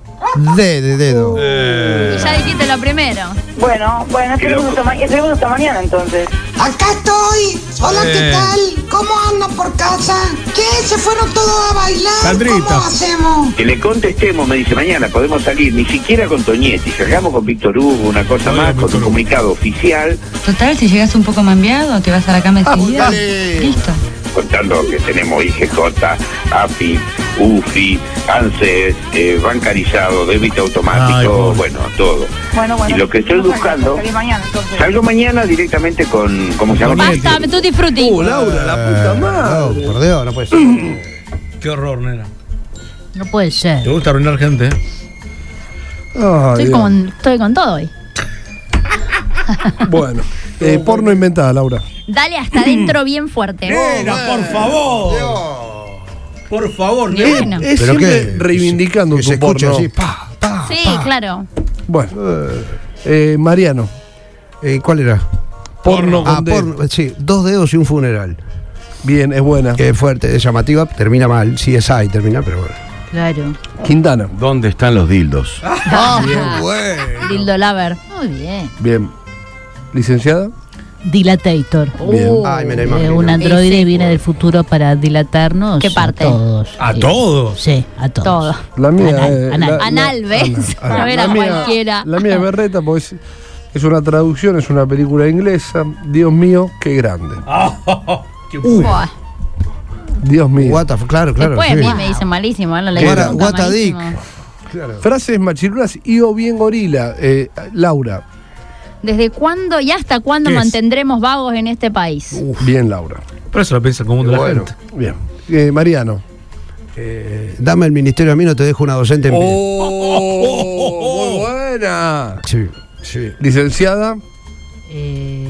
Speaker 6: D de dedo.
Speaker 4: Eh,
Speaker 5: Y ya dijiste lo primero.
Speaker 13: Bueno, bueno, esperemos hasta, ma- esperemos hasta mañana entonces.
Speaker 14: Acá estoy. Hola, ¿qué
Speaker 4: Eh.
Speaker 14: tal? ¿Cómo andan por casa? ¿Qué? ¿Se fueron todos a bailar?
Speaker 12: Sandrita.
Speaker 14: ¿Cómo hacemos?
Speaker 9: Que le contestemos, me dice, mañana podemos salir, ni siquiera con Toñetti, salgamos con Víctor Hugo, una cosa más, con un comunicado oficial,
Speaker 13: Total, si llegas un poco mambiado, te vas a la cama
Speaker 9: Ah,
Speaker 13: enseguida. Listo.
Speaker 9: contando que tenemos IGJ, API, UFI, ANSES, eh, bancarizado, débito
Speaker 12: Ay,
Speaker 9: automático,
Speaker 12: pobre.
Speaker 9: bueno, todo.
Speaker 13: Bueno, bueno.
Speaker 9: Y lo que estoy
Speaker 13: Bueno,
Speaker 9: buscando-
Speaker 13: salí mañana, entonces.
Speaker 9: Salgo mañana directamente con, ¿cómo se llama?
Speaker 5: Basta, me tutti frutti.
Speaker 2: Uh, Laura, la puta
Speaker 6: Eh, No,
Speaker 2: madre.
Speaker 6: por Dios, no puede ser.
Speaker 12: Qué horror, nena.
Speaker 3: No puede
Speaker 12: Te
Speaker 3: ser.
Speaker 12: gusta arruinar gente, ¿eh?
Speaker 2: Ah,
Speaker 5: Estoy
Speaker 2: Dios.
Speaker 5: con, estoy con todo hoy.
Speaker 2: Bueno, eh, porno inventada, Laura.
Speaker 12: (clears throat)
Speaker 5: Dale hasta adentro bien fuerte.
Speaker 12: Nena, por favor. Por favor,
Speaker 5: Y bueno.
Speaker 2: Eh, Es
Speaker 6: Pero
Speaker 2: siempre
Speaker 6: qué-
Speaker 2: reivindicando
Speaker 6: que
Speaker 2: tu
Speaker 6: se escuche
Speaker 2: porno.
Speaker 6: así, pa, pa,
Speaker 5: Sí,
Speaker 6: pa.
Speaker 5: claro.
Speaker 2: Bueno, eh, Mariano,
Speaker 6: Eh, ¿Cuál era?
Speaker 2: porno
Speaker 6: Ah,
Speaker 2: con D.
Speaker 6: porno, sí, dos dedos y un funeral.
Speaker 2: Bien, es buena.
Speaker 6: Que es fuerte, es llamativa, termina mal, sí es ahí, termina, pero bueno.
Speaker 3: Claro.
Speaker 2: Quintana.
Speaker 4: ¿Dónde están los dildos?
Speaker 5: Dildo Lover.
Speaker 3: Muy bien.
Speaker 2: Bien. ¿Licenciada?
Speaker 3: Dilatator.
Speaker 5: Uh,
Speaker 2: Bien.
Speaker 6: Ay, me la
Speaker 3: Eh,
Speaker 6: imagino.
Speaker 3: un androide
Speaker 5: Sí, sí.
Speaker 3: viene del futuro para dilatarnos.
Speaker 5: ¿Qué parte?
Speaker 3: A todos.
Speaker 12: ¿A
Speaker 3: Sí.
Speaker 12: todos?
Speaker 3: Sí, a todos.
Speaker 5: Todo.
Speaker 2: La mía
Speaker 3: Anal,
Speaker 2: es.
Speaker 3: anal.
Speaker 2: la-
Speaker 5: Anal, ¿ves?
Speaker 2: la-
Speaker 5: (laughs) A ver a
Speaker 2: la mía-
Speaker 5: cualquiera.
Speaker 2: La mía es berreta porque es, es una traducción, es una película inglesa. Dios mío, qué grande.
Speaker 6: Ah.
Speaker 5: Buah.
Speaker 2: Dios mío.
Speaker 6: What the f- claro, claro.
Speaker 5: Después a
Speaker 6: sí.
Speaker 5: mí me dicen malísimo. ¿eh? ahora le
Speaker 6: What
Speaker 5: digo
Speaker 6: a-
Speaker 5: nunca
Speaker 6: what a dick.
Speaker 5: malísimo.
Speaker 2: Frases machirulas y o bien gorila. Eh, Laura.
Speaker 5: ¿Desde cuándo y hasta cuándo
Speaker 12: ¿Qué es?
Speaker 5: mantendremos vagos en este país?
Speaker 2: Bien, Laura.
Speaker 12: Pero eso lo piensa el común de la
Speaker 6: Bueno.
Speaker 12: gente.
Speaker 2: Bien. Eh, Mariano.
Speaker 6: Eh, Dame el ministerio a mí, no te dejo una docente en pie.
Speaker 2: ¡Oh! (laughs) ¡Muy buena!
Speaker 6: Sí, sí.
Speaker 2: Licenciada.
Speaker 3: Eh,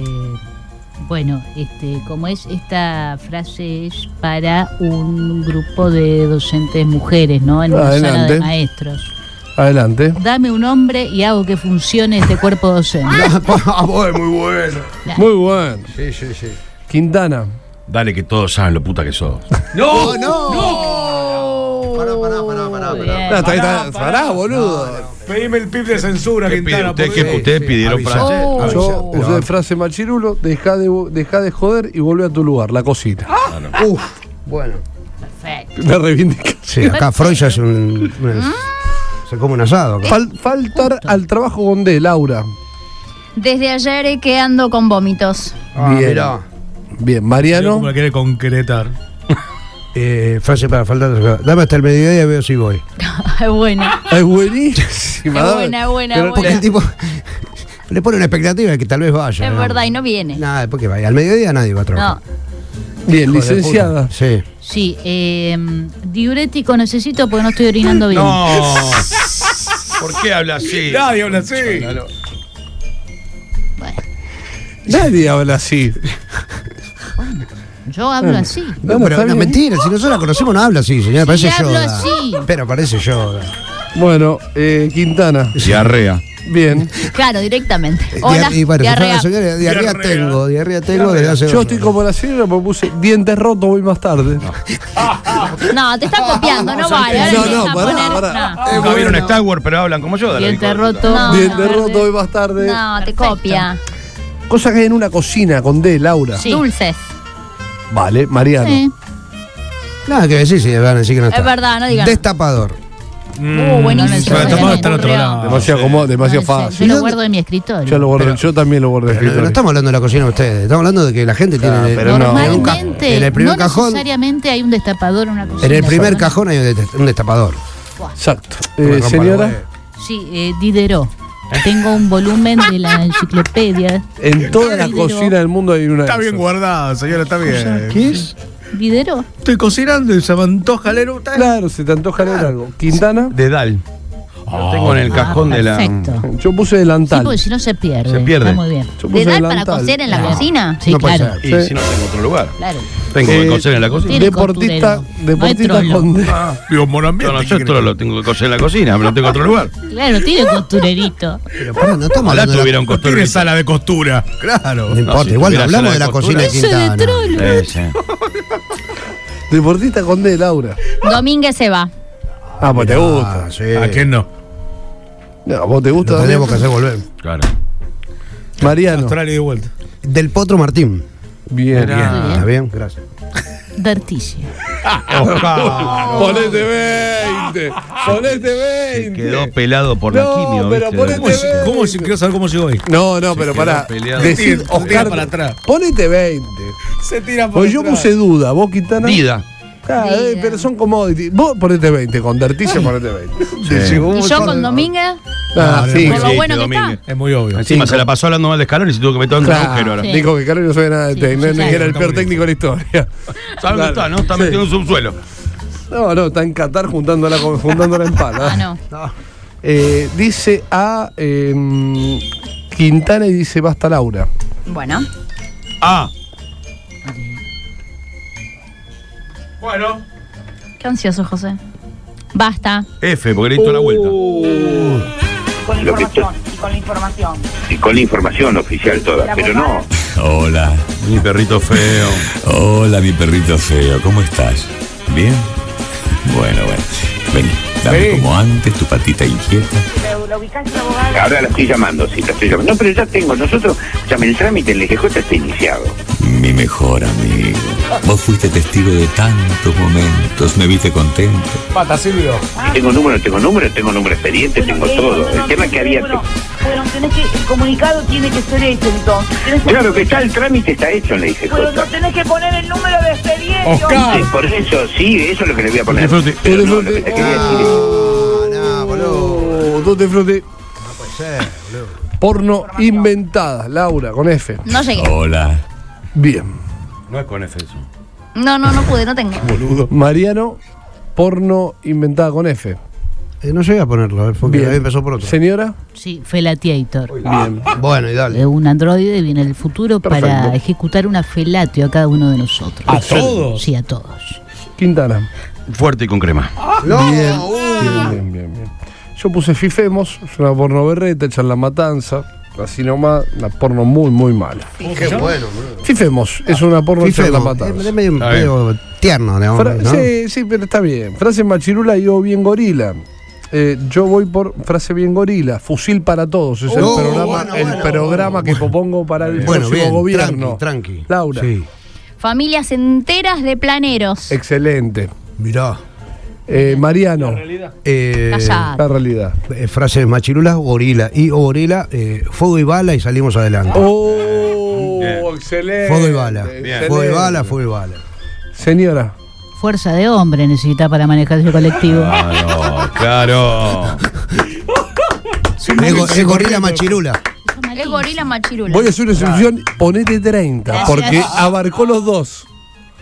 Speaker 5: Bueno, este, como es, esta frase es para un grupo de docentes mujeres, ¿no? En una sala
Speaker 2: Adelante.
Speaker 5: de maestros.
Speaker 2: Adelante.
Speaker 5: Dame un hombre y hago que funcione este cuerpo docente.
Speaker 2: muy bueno. Muy bueno. Sí, sí, sí. Quintana.
Speaker 6: Eh,
Speaker 4: Dale, que todos saben lo puta que sos.
Speaker 6: ¡No! ¡No! Pará, pará, pará, pará, pará.
Speaker 2: No, está- está- pará, boludo.
Speaker 3: Pedime el pip de censura, Quintana.
Speaker 4: Ustedes
Speaker 3: por
Speaker 4: que-
Speaker 3: favor.
Speaker 4: ustedes pidieron para
Speaker 3: Avisá.
Speaker 4: ayer.
Speaker 3: Avisá.
Speaker 2: Oh. Yo usé frase machirulo, deja de, dejá de joder y vuelve a tu lugar, la cosita.
Speaker 6: Ah. Uf, bueno. Eh.
Speaker 5: Perfecto.
Speaker 2: La reivindicación.
Speaker 6: Sí, acá Freud ya es un. una- se come un asado acá.
Speaker 2: Fal- faltar al trabajo con D, Laura.
Speaker 15: Desde ayer eh, que ando con (laughs) vómitos.
Speaker 6: Ah, mirá.
Speaker 2: Bien, Mariano.
Speaker 3: ¿Cómo la quiere concretar?
Speaker 6: Eh, frase para faltar. Dame hasta el mediodía y veo si voy.
Speaker 15: Es bueno.
Speaker 2: Es buenísima.
Speaker 15: (laughs) Es
Speaker 2: dame.
Speaker 15: buena, buena,
Speaker 2: Pero-
Speaker 6: Porque el
Speaker 15: buena.
Speaker 6: tipo (laughs) le pone una expectativa de que tal vez vaya.
Speaker 15: Es
Speaker 6: ¿no?
Speaker 15: verdad, y no viene.
Speaker 6: Nada, después que vaya. Al mediodía nadie va a trabajar.
Speaker 15: No.
Speaker 2: Bien,
Speaker 6: Hijo de
Speaker 2: licenciada.
Speaker 6: puta. Sí.
Speaker 5: Sí, eh,
Speaker 15: em,
Speaker 5: diurético necesito porque no estoy orinando bien.
Speaker 4: No. ¿Por qué habla así?
Speaker 3: Nadie habla así.
Speaker 2: Nadie habla así.
Speaker 5: Yo hablo así.
Speaker 6: No, pero no, mentira, si nosotros la conocemos no habla así, señora, parece
Speaker 5: hablo
Speaker 6: Yoda.
Speaker 5: así.
Speaker 6: Pero parece Yoda.
Speaker 2: Bueno, eh, Quintana.
Speaker 4: Diarrea.
Speaker 2: Bien.
Speaker 15: Claro, directamente. Hola.
Speaker 6: Dia- Eh, y bueno, se fue
Speaker 15: diarrea.
Speaker 6: la señora, diarrea,
Speaker 3: Diarrea.
Speaker 6: tengo, diarrea tengo desde hace
Speaker 2: Yo estoy como la señora porque puse dientes rotos, voy más tarde.
Speaker 15: No, te está copiando, no vale. Ahora
Speaker 2: No,
Speaker 15: le
Speaker 2: no,
Speaker 15: vas a
Speaker 2: pará,
Speaker 15: poner-
Speaker 2: pará.
Speaker 3: Ah,
Speaker 15: no.
Speaker 4: Nunca vieron Star Wars, pero hablan como yo.
Speaker 5: Diente roto.
Speaker 15: No,
Speaker 2: dientes
Speaker 15: tarde.
Speaker 2: rotos, voy más tarde.
Speaker 15: No, te copia.
Speaker 2: Cosa que hay en una cocina con D, Laura.
Speaker 5: Sí.
Speaker 15: Dulces.
Speaker 2: Vale, Mariano.
Speaker 5: Sí.
Speaker 6: Nada que decir si le van a decir que no
Speaker 15: Es
Speaker 6: está.
Speaker 15: verdad, no digas.
Speaker 6: Destapador.
Speaker 15: Uh, buenísimo.
Speaker 3: Pero estamos hasta el otro
Speaker 15: Ocurrió.
Speaker 3: lado.
Speaker 2: Demasiado cómodo, demasiado
Speaker 5: Yo
Speaker 2: fácil.
Speaker 5: lo guardo en mi escritorio.
Speaker 2: Yo, lo guardé- yo también lo guardé. en el
Speaker 6: Pero no,
Speaker 2: escritorio.
Speaker 6: estamos hablando de la cocina de ustedes, estamos hablando de que la gente tiene en el-
Speaker 2: pero no.
Speaker 6: en un ca-
Speaker 5: Normalmente,
Speaker 6: en el primer
Speaker 5: no
Speaker 6: cajón,
Speaker 5: necesariamente hay un destapador en una cocina.
Speaker 6: en el primer
Speaker 5: ¿verdad?
Speaker 6: cajón hay un dest- un destapador.
Speaker 2: Exacto.
Speaker 6: Una
Speaker 2: Eh,
Speaker 6: rompa los
Speaker 2: señora,
Speaker 6: huevos.
Speaker 5: Sí, eh, Diderot. Tengo un volumen de la enciclopedia.
Speaker 2: en toda la
Speaker 5: Diderot.
Speaker 2: cocina del mundo hay una.
Speaker 3: Está
Speaker 2: de
Speaker 3: bien
Speaker 2: esas.
Speaker 3: guardado, señora, está bien.
Speaker 2: ¿Qué es?
Speaker 5: Diderot.
Speaker 3: Estoy cocinando y se me antoja leer un-
Speaker 2: Claro, se te antoja leer algo. Quintana,
Speaker 4: De Dal. Lo tengo en el cajón
Speaker 5: Ah,
Speaker 4: de la.
Speaker 5: Perfecto.
Speaker 2: yo puse
Speaker 5: Sí, pues,
Speaker 2: delantal.
Speaker 5: porque si no se pierde.
Speaker 4: Se pierde.
Speaker 5: Está muy bien.
Speaker 15: ¿Te
Speaker 2: Yo puse
Speaker 15: dan para
Speaker 2: delantal.
Speaker 15: coser en
Speaker 9: Ah.
Speaker 15: la cocina?
Speaker 5: Sí,
Speaker 6: No puede
Speaker 5: claro.
Speaker 4: Y
Speaker 2: Sí.
Speaker 4: si no tengo otro lugar.
Speaker 5: claro.
Speaker 4: Tengo
Speaker 2: Eh,
Speaker 4: que coser en la cocina.
Speaker 5: tiene
Speaker 2: Deportista,
Speaker 5: costurero. No
Speaker 2: deportista
Speaker 5: hay
Speaker 2: con D.
Speaker 3: Ah, Digo,
Speaker 4: No,
Speaker 3: morambiente.
Speaker 4: no, yo esto lo tengo que coser en la cocina, pero no tengo
Speaker 3: (laughs)
Speaker 4: otro lugar.
Speaker 5: Claro, tiene (laughs) costurerito.
Speaker 6: Pero pará, no estamos
Speaker 4: Ojalá
Speaker 6: hablando de la-
Speaker 4: tuviera un
Speaker 3: No tiene
Speaker 4: costurero.
Speaker 3: sala de costura. Claro.
Speaker 6: No importa,
Speaker 4: si
Speaker 6: igual
Speaker 4: tuviera sala
Speaker 6: hablamos de la
Speaker 4: de
Speaker 6: cocina de
Speaker 5: Eso de
Speaker 6: Quintana.
Speaker 5: trolo.
Speaker 4: Eh, sí.
Speaker 2: Deportista con D, Laura.
Speaker 15: Domínguez se va.
Speaker 2: Ah, pues te gusta.
Speaker 6: Ah, sí.
Speaker 3: ¿A quién no?
Speaker 2: No, vos te
Speaker 6: Lo
Speaker 2: gusta.
Speaker 6: tendríamos que hacer volver.
Speaker 4: Claro.
Speaker 2: Mariano.
Speaker 3: Australia y de vuelta.
Speaker 6: Del Potro Martín. Ah,
Speaker 2: Bien.
Speaker 5: Muy bien.
Speaker 6: ¿Está bien? Gracias.
Speaker 5: Darticia.
Speaker 2: Ponete 20. Ponete
Speaker 4: Se
Speaker 2: 20.
Speaker 4: quedó pelado por
Speaker 2: No,
Speaker 4: la quimio.
Speaker 2: pero
Speaker 4: ¿viste?
Speaker 2: ponete-
Speaker 3: ¿Cómo, llegó? ¿Cómo, llegó? quiero saber cómo llegó ahí?
Speaker 2: No, no, pero
Speaker 4: quedó
Speaker 2: pará.
Speaker 4: peleado.
Speaker 2: Decid,
Speaker 3: Se tira- se tira
Speaker 2: Oscar.
Speaker 3: para atrás.
Speaker 2: Ponete 20.
Speaker 3: Se tira
Speaker 2: Pues yo puse duda, vos Quintana.
Speaker 4: Dida.
Speaker 2: Ah, eh,
Speaker 15: Dida.
Speaker 2: pero son commodities. Vos ponete 20, con Darticia ponete 20.
Speaker 15: Y yo con Domínguez,
Speaker 2: Ah,
Speaker 3: no,
Speaker 2: sí.
Speaker 15: por lo
Speaker 4: sí,
Speaker 15: bueno que
Speaker 4: este
Speaker 15: está.
Speaker 4: domingo.
Speaker 3: Es muy obvio.
Speaker 4: Encima se la pasó hablando mal de escalón y se tuvo que meter en un
Speaker 2: Claro,
Speaker 4: agujero ahora.
Speaker 5: Sí.
Speaker 2: Dijo que Carlos no sabe nada de
Speaker 5: Sí,
Speaker 2: técnico,
Speaker 5: sí,
Speaker 2: que
Speaker 5: sí.
Speaker 2: era el peor
Speaker 3: Está
Speaker 2: técnico de la historia.
Speaker 4: ¿Saben dónde está, no? Está
Speaker 2: Sí.
Speaker 4: metido en un subsuelo.
Speaker 2: No, no, está en Qatar juntándola, con- juntándola en pala.
Speaker 15: Ah,
Speaker 2: (laughs)
Speaker 15: no.
Speaker 2: Eh, dice a eh, Quintana y dice basta Laura.
Speaker 15: Bueno.
Speaker 4: Ah. Bueno.
Speaker 15: Qué ansioso, José. Basta.
Speaker 4: F, porque le diste la vuelta.
Speaker 16: Con
Speaker 9: Lo que
Speaker 16: información, y con la información.
Speaker 9: Y con la información oficial toda, pero no.
Speaker 1: Hola,
Speaker 4: Mi perrito feo.
Speaker 1: hola mi perrito feo, ¿cómo estás? ¿Bien? Bueno, bueno. Vení, dame como antes tu patita inquieta.
Speaker 9: Ahora la estoy llamando, sí, la estoy llamando. No, pero ya tengo, nosotros, o sea, el trámite en el GJ está iniciado.
Speaker 1: Mi mejor amigo. Vos fuiste testigo de tantos momentos, me viste contento.
Speaker 3: Pata, Silvio.
Speaker 13: Ah.
Speaker 9: Y tengo número, tengo número, tengo número expediente, tengo
Speaker 13: eh,
Speaker 9: todo. El tema es que había...
Speaker 16: Bueno, tenés que, el comunicado tiene que ser hecho entonces. Tenés
Speaker 9: (laughs)
Speaker 16: que-
Speaker 9: Claro que está, el trámite está hecho en la IGJ.
Speaker 16: Pero no tenés que poner el número de expediente.
Speaker 3: Oscar.
Speaker 9: Sí, por eso, sí, eso es lo que le voy a poner.
Speaker 4: Disfrute.
Speaker 9: Pero no, lo que te Ah. quería decir es-
Speaker 6: No, no, boludo.
Speaker 2: Oh, dos de flote.
Speaker 6: Puede ser, boludo.
Speaker 2: Porno inventada, Laura, con F.
Speaker 15: No llegué.
Speaker 9: Oh.
Speaker 1: Hola.
Speaker 2: Bien.
Speaker 4: No es con F eso.
Speaker 15: No, no, no pude, no tengo.
Speaker 2: Mariano, porno inventada con F.
Speaker 6: Eh, no llegué a ponerlo, a ver, porque
Speaker 2: Bien.
Speaker 6: ahí empezó por otro.
Speaker 2: ¿Señora?
Speaker 3: Sí, Felatiator.
Speaker 6: Bien. Bueno, y dale.
Speaker 3: Es un androide, viene del futuro para
Speaker 6: Perfecto.
Speaker 3: ejecutar una felatio a cada uno de nosotros.
Speaker 4: ¿A todos?
Speaker 3: Sí, a todos.
Speaker 2: Quintana.
Speaker 4: Fuerte y con crema.
Speaker 2: Bien, bien, bien, bien, bien. Yo puse Fifemos, es una porno berreta, echar la matanza. Así nomás, una porno muy, muy mala.
Speaker 6: Qué bueno, boludo.
Speaker 2: Fifemos, es una porno echar la
Speaker 6: Fifemo,
Speaker 2: matanza.
Speaker 6: es- es medio-
Speaker 2: Está bien.
Speaker 6: medio tierno, digamos,
Speaker 2: Fra-
Speaker 6: ¿no?
Speaker 2: Sí, sí, pero está bien. Frase machirula y yo bien gorila. Eh, yo voy por frase bien gorila, fusil para todos. Es el
Speaker 6: Oh,
Speaker 2: programa,
Speaker 6: bueno,
Speaker 2: el
Speaker 6: bueno,
Speaker 2: programa que propongo para el
Speaker 6: Bueno,
Speaker 2: próximo
Speaker 6: bien,
Speaker 2: gobierno.
Speaker 6: tranqui, tranqui.
Speaker 2: Laura.
Speaker 6: Sí.
Speaker 5: Familias enteras de planeros.
Speaker 2: Excelente.
Speaker 6: Mirá.
Speaker 2: Eh, Mariano.
Speaker 6: Eh,
Speaker 5: Callá.
Speaker 2: La realidad.
Speaker 6: eh, frases machirulas, gorila. Y o gorila, eh, fuego y bala y salimos adelante.
Speaker 2: Oh, excelente.
Speaker 6: fuego Ah. y bala.
Speaker 2: Excelente.
Speaker 6: Fuego y bala, fuego y bala.
Speaker 2: Señora.
Speaker 3: Fuerza de hombre necesita para manejar ese colectivo.
Speaker 4: Ah, Claro, claro.
Speaker 6: Es, go- es gorila machirula.
Speaker 5: Es gorila machirula.
Speaker 2: Voy a hacer una solución, ponete 30,
Speaker 5: Gracias.
Speaker 2: porque abarcó los dos.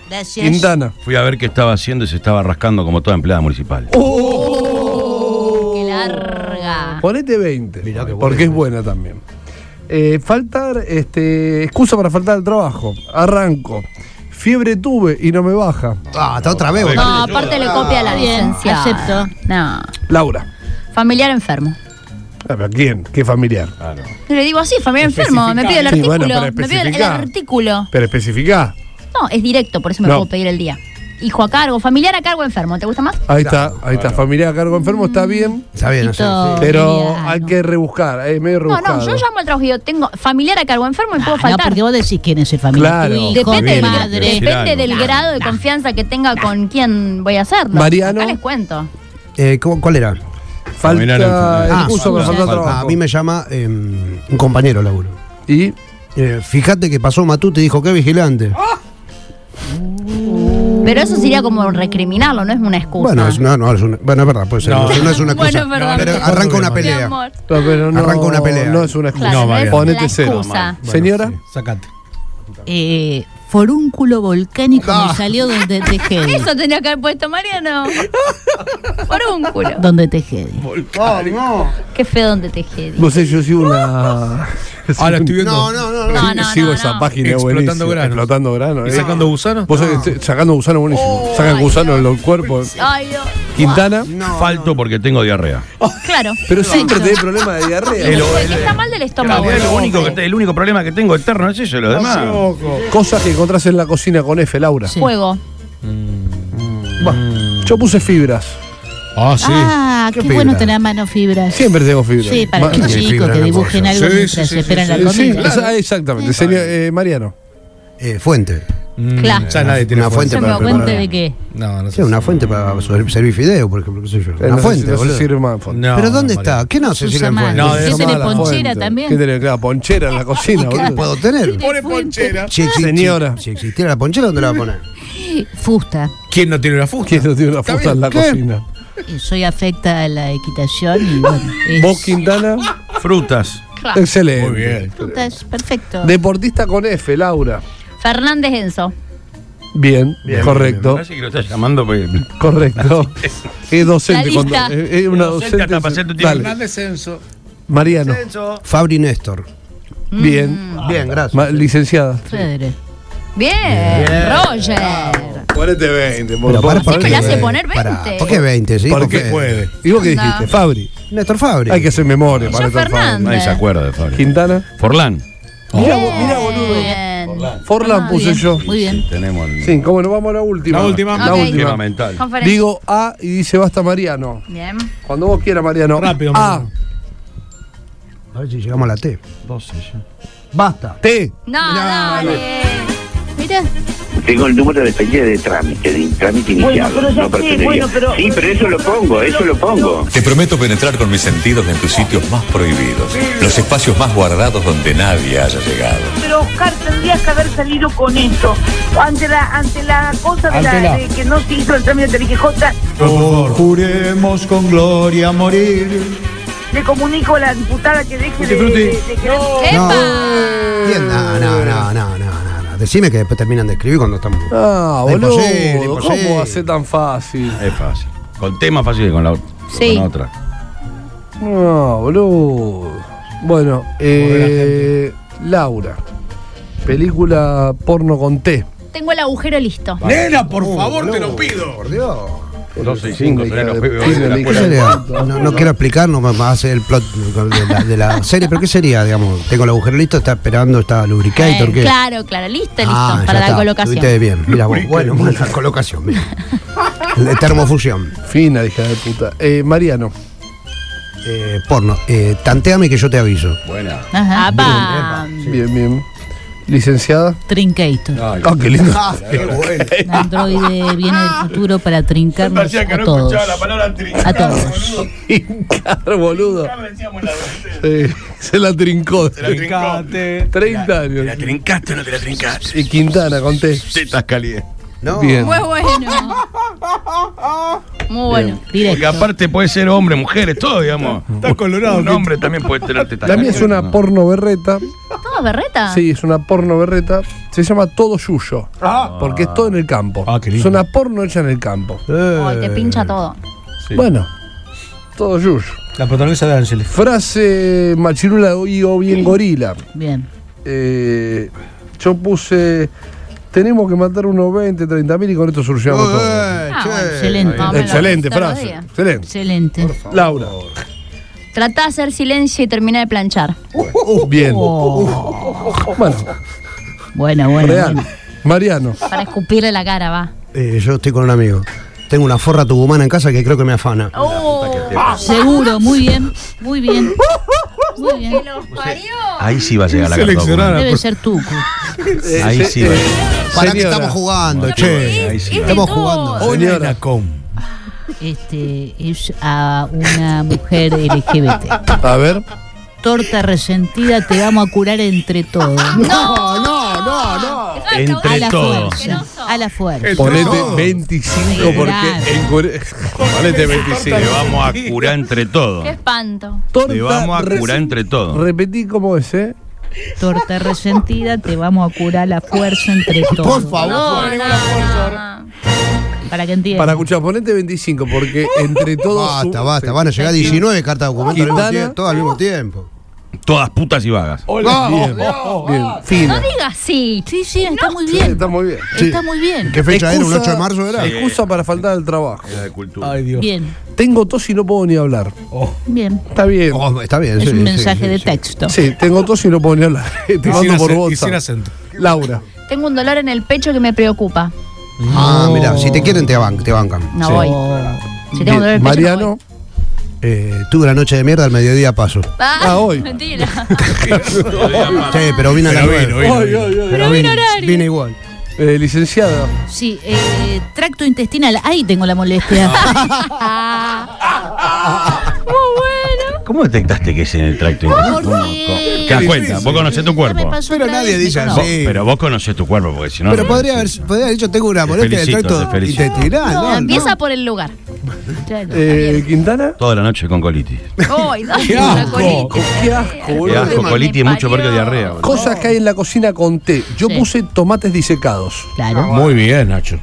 Speaker 5: Gracias.
Speaker 2: Quintana.
Speaker 4: Fui a ver qué estaba haciendo y se estaba rascando como toda empleada municipal.
Speaker 5: Qué larga.
Speaker 2: Ponete 20. porque es buena también. Eh, faltar, este, excusa para faltar al trabajo. Arranco. Fiebre tuve y no me baja.
Speaker 6: Ah, hasta otra vez, boludo.
Speaker 5: No, aparte le copia a la
Speaker 3: Bien,
Speaker 5: licencia.
Speaker 3: acepto.
Speaker 5: No.
Speaker 2: Laura.
Speaker 5: Familiar enfermo.
Speaker 2: Ah, pero ¿Quién? ¿Qué familiar?
Speaker 6: Ah.
Speaker 5: Yo le digo así, familiar enfermo. Me pide el
Speaker 2: Sí,
Speaker 5: artículo.
Speaker 2: bueno, pero
Speaker 5: me pide el- el,
Speaker 2: especificá.
Speaker 5: artículo.
Speaker 2: Pero especificá.
Speaker 5: No, es directo, por eso me
Speaker 2: No.
Speaker 5: lo puedo pedir el día. Hijo a cargo, familiar a cargo enfermo. ¿Te gusta más?
Speaker 2: Ahí está, ahí está. Familiar a cargo enfermo está bien,
Speaker 6: Está bien, no sé, sí.
Speaker 2: pero hay que rebuscar. eh, Es medio
Speaker 5: No,
Speaker 2: rebuscado.
Speaker 5: no, yo llamo al trabajo y digo, tengo familiar a cargo enfermo y puedo
Speaker 3: Ah, no,
Speaker 5: faltar.
Speaker 3: porque vos decís quién es el familiar.
Speaker 2: Claro,
Speaker 3: tu hijo,
Speaker 5: Depende,
Speaker 3: tu
Speaker 5: del-
Speaker 3: madre.
Speaker 5: depende del
Speaker 3: Nah,
Speaker 5: grado de confianza que tenga con quién voy a hacerlo.
Speaker 6: Mariano.
Speaker 5: Acá les cuento.
Speaker 6: Eh, ¿cómo- ¿Cuál era?
Speaker 4: Familiar
Speaker 2: Falta
Speaker 4: enfermo.
Speaker 2: excusa para
Speaker 6: sí.
Speaker 2: faltar al
Speaker 6: Ah, Falta.
Speaker 2: trabajo.
Speaker 6: A mí me llama eh, un compañero laburo.
Speaker 2: ¿Y?
Speaker 6: Eh, fíjate que pasó Matute y dijo, qué vigilante.
Speaker 5: Ah, Pero eso sería como recriminarlo, no es una excusa.
Speaker 6: Bueno, es, no, no, es una- bueno, es verdad, puede ser. No, no es una excusa.
Speaker 5: (laughs) Bueno, es verdad.
Speaker 6: pero
Speaker 5: Mi
Speaker 6: arranca una
Speaker 5: amor.
Speaker 6: pelea.
Speaker 2: No, pero no,
Speaker 6: Arranca una pelea.
Speaker 2: No es una excusa.
Speaker 5: Claro, No, no es Mariano.
Speaker 2: Ponete
Speaker 5: la
Speaker 2: cero.
Speaker 5: excusa.
Speaker 2: Señora.
Speaker 11: Sacate.
Speaker 3: eh, forúnculo volcánico
Speaker 6: Ah.
Speaker 3: me salió
Speaker 5: (laughs)
Speaker 3: donde Tejedi.
Speaker 5: Eso tenía que haber puesto Mariano. Por un culo.
Speaker 3: donde Tejedi.
Speaker 5: Qué feo donde te jedi.
Speaker 2: No sé, yo sigo una.
Speaker 11: Ahora estoy viendo.
Speaker 6: No, no, no. no.
Speaker 5: No, no,
Speaker 2: sigo
Speaker 5: no,
Speaker 2: esa
Speaker 5: no.
Speaker 2: página
Speaker 11: Explotando
Speaker 2: buenísima.
Speaker 11: granos.
Speaker 2: Explotando granos.
Speaker 11: ¿Y
Speaker 2: eh.
Speaker 11: sacando gusanos?
Speaker 2: Vos sabés que te- sacando gusano buenísimo. Sacan gusano en los cuerpos.
Speaker 5: Ay, Dios.
Speaker 2: Quintana.
Speaker 4: Falto porque tengo diarrea.
Speaker 5: Claro.
Speaker 2: Pero siempre
Speaker 5: Perfecto.
Speaker 2: tenés problemas de diarrea.
Speaker 4: El-
Speaker 5: Porque Está mal del estómago.
Speaker 4: Es lo
Speaker 5: ¿no?
Speaker 4: único que te- el único problema que tengo eterno es eso, lo demás.
Speaker 2: Cosas que encontrás en la cocina con F, Laura.
Speaker 3: Sí.
Speaker 5: Fuego.
Speaker 2: Bueno, yo puse fibras.
Speaker 11: Ah, sí.
Speaker 3: Ah, qué,
Speaker 6: Qué
Speaker 3: bueno
Speaker 6: fibra.
Speaker 3: tener mano fibras.
Speaker 2: Siempre tengo fibras.
Speaker 3: Sí, para
Speaker 2: Ma- Eh,
Speaker 3: los
Speaker 6: sí,
Speaker 3: chicos
Speaker 6: fibra
Speaker 3: que
Speaker 6: en el
Speaker 3: dibujen
Speaker 6: bolso.
Speaker 3: algo
Speaker 11: Sí,
Speaker 3: mientras
Speaker 11: sí, sí,
Speaker 3: esperan
Speaker 11: sí,
Speaker 3: la
Speaker 11: sí,
Speaker 3: comida.
Speaker 2: Sí, esa- exactamente. Señor eh, Mariano.
Speaker 6: Eh, fuente.
Speaker 5: Claro.
Speaker 11: Mm. Ya nadie tiene
Speaker 6: Una fuente
Speaker 5: Yo me
Speaker 6: para
Speaker 5: doy cuenta
Speaker 6: preparar.
Speaker 3: de qué.
Speaker 11: No, no
Speaker 6: Sí,
Speaker 11: sé.
Speaker 6: una fuente para ser- servir fideo, por ejemplo, qué sé yo.
Speaker 2: Eh,
Speaker 6: Una
Speaker 2: no sé si-
Speaker 6: fuente,
Speaker 2: no se
Speaker 6: boludo.
Speaker 2: sirve más fuente.
Speaker 11: No,
Speaker 6: Pero ¿dónde
Speaker 11: Mariano.
Speaker 6: está? ¿Qué no se
Speaker 3: Susa
Speaker 6: sirve en
Speaker 3: Mal.
Speaker 6: fuente?
Speaker 11: No,
Speaker 3: ¿Qué
Speaker 11: eso
Speaker 3: tenés,
Speaker 2: Llamada a la
Speaker 3: ponchera
Speaker 2: fuente.
Speaker 3: también?
Speaker 2: ¿Qué tenés? Claro, ponchera en la cocina,
Speaker 6: (laughs) ¿Qué
Speaker 2: boludo.
Speaker 6: puedo tener?
Speaker 8: Pone ponchera.
Speaker 6: Si, exi-
Speaker 2: Señora.
Speaker 6: si- si existiera la ponchera, ¿dónde la va a poner?
Speaker 3: Fusta.
Speaker 11: ¿Quién no tiene una fusta?
Speaker 2: ¿Quién no tiene una fusta en la
Speaker 6: bien, ¿qué?
Speaker 2: cocina?
Speaker 3: Y Soy afecta a la equitación y bueno. es-
Speaker 2: Vos,
Speaker 4: (laughs)
Speaker 2: Quintana.
Speaker 4: Frutas.
Speaker 5: Claro.
Speaker 2: Excelente.
Speaker 11: Muy bien.
Speaker 5: Frutas, Perfecto.
Speaker 2: Deportista con F, Laura.
Speaker 5: Fernández Enzo.
Speaker 2: Bien, correcto.
Speaker 4: Parece que lo estás llamando porque. (laughs)
Speaker 2: Correcto. (laughs) Es docente.
Speaker 5: La
Speaker 2: cuando-
Speaker 5: lista.
Speaker 2: es, es una
Speaker 4: Es docente
Speaker 2: docente.
Speaker 4: hasta para ser tu tío.
Speaker 2: Dale,
Speaker 11: Fernández Enzo.
Speaker 2: Mariano.
Speaker 6: Fabri Néstor.
Speaker 2: Bien.
Speaker 6: Bien, gracias.
Speaker 2: Ma- licenciada.
Speaker 3: Fedre.
Speaker 5: Bien, Roger.
Speaker 2: Ponete 20.
Speaker 6: Pero para-
Speaker 5: Siempre
Speaker 6: ¿por
Speaker 5: le
Speaker 6: qué
Speaker 5: hace
Speaker 6: veinte?
Speaker 5: poner
Speaker 6: Pará,
Speaker 5: 20.
Speaker 6: ¿Por qué 20? Sí,
Speaker 2: ¿Por
Speaker 6: porque-
Speaker 2: qué
Speaker 11: Puede.
Speaker 2: ¿Y vos qué
Speaker 5: No.
Speaker 2: dijiste? Fabri.
Speaker 6: Néstor Fabri.
Speaker 2: Hay que hacer memoria para
Speaker 5: Yo
Speaker 2: estar Fabri.
Speaker 5: Fernández.
Speaker 4: Nadie se acuerda de Fabio.
Speaker 2: Quintana.
Speaker 4: Forlán.
Speaker 6: Oh.
Speaker 2: Mira, boludo.
Speaker 5: Eh, Bien.
Speaker 2: Forlan
Speaker 3: Ah,
Speaker 2: puse
Speaker 3: bien,
Speaker 2: yo.
Speaker 3: Muy bien.
Speaker 4: Tenemos el.
Speaker 2: Sí, cómo no, vamos a la última.
Speaker 11: La última.
Speaker 2: La
Speaker 5: Ok.
Speaker 4: Tema
Speaker 2: última.
Speaker 4: mental.
Speaker 5: Conferencia.
Speaker 2: Digo A y dice basta Mariano.
Speaker 5: Bien.
Speaker 2: Cuando vos quieras, Mariano.
Speaker 11: Rápido,
Speaker 2: A,
Speaker 11: Mariano.
Speaker 6: A ver si llegamos a la T.
Speaker 4: 12 ya.
Speaker 6: Basta.
Speaker 2: T.
Speaker 5: No, dale. Mira.
Speaker 9: Tengo el número de pedido de trámite, de trámite iniciado. no pertenece. sí, pero eso lo pongo, eso lo pongo.
Speaker 1: Te prometo penetrar con mis sentidos en tus sitios más prohibidos, los espacios más guardados donde nadie haya llegado.
Speaker 17: Pero Oscar, tendrías que haber salido con esto. Ante la, ante la cosa de,
Speaker 11: Ante
Speaker 17: la,
Speaker 11: la.
Speaker 17: de que no se hizo el trámite del IGJ,
Speaker 11: Juremos con gloria morir.
Speaker 17: le comunico a la diputada que deje
Speaker 11: Frutti,
Speaker 17: de,
Speaker 11: frutti.
Speaker 17: de- de querer-
Speaker 6: No. Bien, no, no, no, no, no, no, no. Decime que después terminan de escribir cuando estamos.
Speaker 2: Ah,
Speaker 6: No,
Speaker 2: boludo.
Speaker 6: imposible, imposible.
Speaker 2: ¿Cómo va a ser tan fácil?
Speaker 4: Es fácil. Con tema fácil y con la.
Speaker 5: Sí.
Speaker 4: con otra.
Speaker 2: No, boludo. Bueno, eh, Laura. Película porno con T.
Speaker 5: Tengo el agujero listo.
Speaker 2: Nena,
Speaker 1: por
Speaker 4: Uh,
Speaker 1: favor, te lo pido.
Speaker 2: Por Dios.
Speaker 4: 12 y 5 serían los pibes
Speaker 2: Sí,
Speaker 4: de la
Speaker 2: me
Speaker 6: ¿Qué
Speaker 4: escuela.
Speaker 6: sería? No, no quiero explicarnos más hacer el plot de la, de la serie, pero ¿qué sería? Digamos, tengo el agujero listo, está esperando, está lubricator.
Speaker 5: Eh,
Speaker 6: ¿qué?
Speaker 5: claro, claro, listo, listo,
Speaker 6: Ah, ya
Speaker 5: para la
Speaker 6: está,
Speaker 5: colocación.
Speaker 6: estuviste bien. Mira vos, bueno, buena colocación. mira. La termofusión.
Speaker 2: Fina, hija de puta. Eh, Mariano.
Speaker 6: Eh, porno. Eh, tanteame que yo te aviso.
Speaker 4: Buena.
Speaker 5: Ajá. Apa.
Speaker 2: Bien, bien. Licenciada.
Speaker 3: Trincator.
Speaker 2: Ah, qué
Speaker 18: (laughs)
Speaker 2: lindo.
Speaker 3: El androide viene del futuro para trincarnos a todos. A todos.
Speaker 2: Trincar, boludo. Sí, se la trincó. Se la trincaste. 30 años.
Speaker 18: ¿Te la trincaste o no te la trincaste?
Speaker 2: Y Quintana, conté.
Speaker 18: Tetas calientes.
Speaker 6: No.
Speaker 2: Bien.
Speaker 5: Muy Pues bueno. Muy bueno.
Speaker 4: Porque aparte puede ser hombre, mujeres, todo, digamos. Está colorado. Un hombre también puede tener tetas.
Speaker 2: La mía es una
Speaker 18: Ah.
Speaker 4: calientes, ¿no?
Speaker 1: Eh,
Speaker 2: porno berreta.
Speaker 5: ¿Todo berreta?
Speaker 2: Sí, es una porno berreta. Se llama Todo Yuyo.
Speaker 18: Ah.
Speaker 2: Porque es todo en el campo. es una porno hecha en el campo.
Speaker 5: Ay,
Speaker 2: Eh,
Speaker 5: te pincha todo.
Speaker 2: Bueno, todo Yuyo.
Speaker 1: La protagonista de Ángeles.
Speaker 2: Frase machirula y o bien gorila.
Speaker 3: Bien.
Speaker 2: Eh, yo puse. Tenemos que matar unos 20, 30 mil y con esto solucionamos todo.
Speaker 3: Ah, bueno, excelente.
Speaker 5: Vamos a hablar
Speaker 2: Excelente
Speaker 5: todos los
Speaker 2: frase.
Speaker 5: días.
Speaker 2: Excelente.
Speaker 3: Excelente.
Speaker 2: Laura.
Speaker 5: Tratá de hacer silencio y termina de planchar.
Speaker 2: Bien. Bueno,
Speaker 3: Bueno, bueno.
Speaker 2: real. Mariano.
Speaker 5: Para escupirle la cara, va.
Speaker 6: Eh, yo estoy con un amigo. Tengo una forra tubumana en casa que creo que me afana.
Speaker 5: Oh.
Speaker 3: Seguro, muy bien, muy bien. Muy bien.
Speaker 2: ah,
Speaker 4: Ahí sí va a llegar la
Speaker 1: Seleccionar.
Speaker 11: Ah,
Speaker 1: Eh,
Speaker 4: carta.
Speaker 3: Debe ser tú.
Speaker 4: Ahí sí va a llegar.
Speaker 6: ¿Para qué
Speaker 2: Señora.
Speaker 6: estamos jugando, che?
Speaker 4: Ahí sí.
Speaker 6: Estamos jugando.
Speaker 2: Señora.
Speaker 3: Este es a una mujer LGBT.
Speaker 2: A ver.
Speaker 3: Torta resentida, te vamos a curar entre todos.
Speaker 6: No, no, no, no.
Speaker 3: A
Speaker 4: Entre
Speaker 3: la
Speaker 4: todos.
Speaker 3: fuerza. A la fuerza.
Speaker 2: Ponete 25
Speaker 3: Claro.
Speaker 2: porque. en cure- Ponete 25.
Speaker 4: Te vamos a curar entre todos.
Speaker 5: Qué espanto.
Speaker 4: Te vamos a curar entre todos.
Speaker 2: Repetí cómo es, ¿eh?
Speaker 3: Torta resentida, te vamos a curar a la fuerza entre todos.
Speaker 2: Por favor.
Speaker 5: No, no, no, no.
Speaker 3: Para que entiendan.
Speaker 2: Para escuchar, ponete 25 porque entre todos.
Speaker 6: Basta, basta, van a llegar 19 cartas de documento al mismo
Speaker 2: Quintana.
Speaker 6: tiempo, todo al mismo tiempo.
Speaker 4: Todas putas y vagas.
Speaker 2: Bien, bien.
Speaker 5: No
Speaker 2: Fina.
Speaker 5: digas sí.
Speaker 3: Sí, sí, está muy
Speaker 2: Sí,
Speaker 3: bien.
Speaker 2: Está muy bien.
Speaker 3: Está muy bien.
Speaker 6: ¿Qué fecha era? ¿Un
Speaker 2: Excusa-
Speaker 6: 8 de marzo era?
Speaker 2: Excusa para faltar al trabajo.
Speaker 4: Era de cultura.
Speaker 3: Bien,
Speaker 2: Tengo tos y no puedo ni hablar.
Speaker 3: bien.
Speaker 2: Está bien.
Speaker 6: Oh, está bien,
Speaker 3: Es
Speaker 6: sí,
Speaker 3: un
Speaker 6: sí,
Speaker 3: mensaje
Speaker 6: sí,
Speaker 3: de
Speaker 6: sí.
Speaker 3: texto.
Speaker 2: Sí, tengo tos y no puedo ni hablar. Te mando por
Speaker 1: Y sin
Speaker 2: WhatsApp.
Speaker 1: acento.
Speaker 2: Laura.
Speaker 5: Tengo un dolor en el pecho que me preocupa.
Speaker 6: Ah, mirá, si te quieren te, ban- te bancan.
Speaker 5: No
Speaker 6: Sí.
Speaker 5: voy. Si tengo un dolor en el pecho. no
Speaker 2: Oh. Mariano.
Speaker 5: voy.
Speaker 6: Eh, tuve una noche de mierda, al mediodía paso.
Speaker 5: Ah,
Speaker 2: Ah, hoy.
Speaker 5: Mentira.
Speaker 6: Sí, pero vine a la nueve.
Speaker 2: Ay, ay, ay.
Speaker 6: Pero vine, vine igual.
Speaker 2: Eh, licenciada.
Speaker 3: Sí, eh, tracto intestinal. Ahí tengo la molestia. Ah. (laughs)
Speaker 4: ¿Cómo detectaste que es en el tracto
Speaker 3: Porque-
Speaker 4: intestinal? Te das cuenta, vos conocés
Speaker 3: Ya
Speaker 4: tu
Speaker 3: me
Speaker 4: cuerpo.
Speaker 3: pasó
Speaker 6: Pero
Speaker 3: otra
Speaker 6: nadie
Speaker 3: vez,
Speaker 6: dice
Speaker 3: me
Speaker 6: así.
Speaker 4: Vos-
Speaker 3: conozco.
Speaker 6: Sí.
Speaker 4: Pero vos conocés tu cuerpo, porque si no.
Speaker 6: Pero
Speaker 4: no-
Speaker 6: podría haber, podría haber dicho, tengo una
Speaker 4: Te
Speaker 6: molestia del
Speaker 4: felicito,
Speaker 6: tracto
Speaker 4: te felicito.
Speaker 6: intestinal.
Speaker 5: No,
Speaker 6: Ah, No, no.
Speaker 5: empieza por el lugar.
Speaker 3: Claro.
Speaker 2: Eh, Quintana.
Speaker 4: Toda la noche con colitis.
Speaker 5: Ay, no,
Speaker 2: (laughs) Qué
Speaker 5: la
Speaker 2: asco,
Speaker 5: colitis.
Speaker 2: qué asco, boludo.
Speaker 4: Qué asco,
Speaker 5: Me
Speaker 4: colitis es mucho peor que
Speaker 5: parió.
Speaker 4: diarrea. boludo.
Speaker 2: Cosas que hay en la cocina con té. Yo
Speaker 3: Sí.
Speaker 2: puse tomates disecados.
Speaker 3: Claro.
Speaker 1: Muy bien, Nacho.